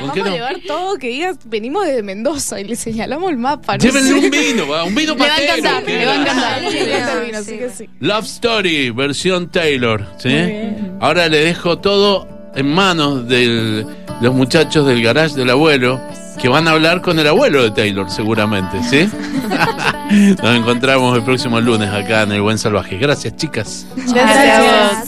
[SPEAKER 3] Vamos
[SPEAKER 1] qué
[SPEAKER 3] a
[SPEAKER 1] no?
[SPEAKER 3] llevar todo que digas, venimos de Mendoza y le señalamos el mapa. ¿no?
[SPEAKER 1] Llévenle
[SPEAKER 3] Sí.
[SPEAKER 1] un vino, va, un vino
[SPEAKER 5] Le va a
[SPEAKER 1] patero.
[SPEAKER 5] encantar,
[SPEAKER 1] ¿Qué
[SPEAKER 5] le va a
[SPEAKER 1] la-
[SPEAKER 5] encantar.
[SPEAKER 3] Le encanta el vino, así que sí.
[SPEAKER 1] Love Story, versión Taylor. ¿sí?
[SPEAKER 2] Muy bien.
[SPEAKER 1] Ahora le dejo todo en manos de los muchachos del garage del abuelo, que van a hablar con el abuelo de Taylor, seguramente.
[SPEAKER 2] *laughs*
[SPEAKER 1] ¿sí? Nos encontramos el próximo lunes acá en El Buen Salvaje. Gracias, chicas.
[SPEAKER 3] Gracias.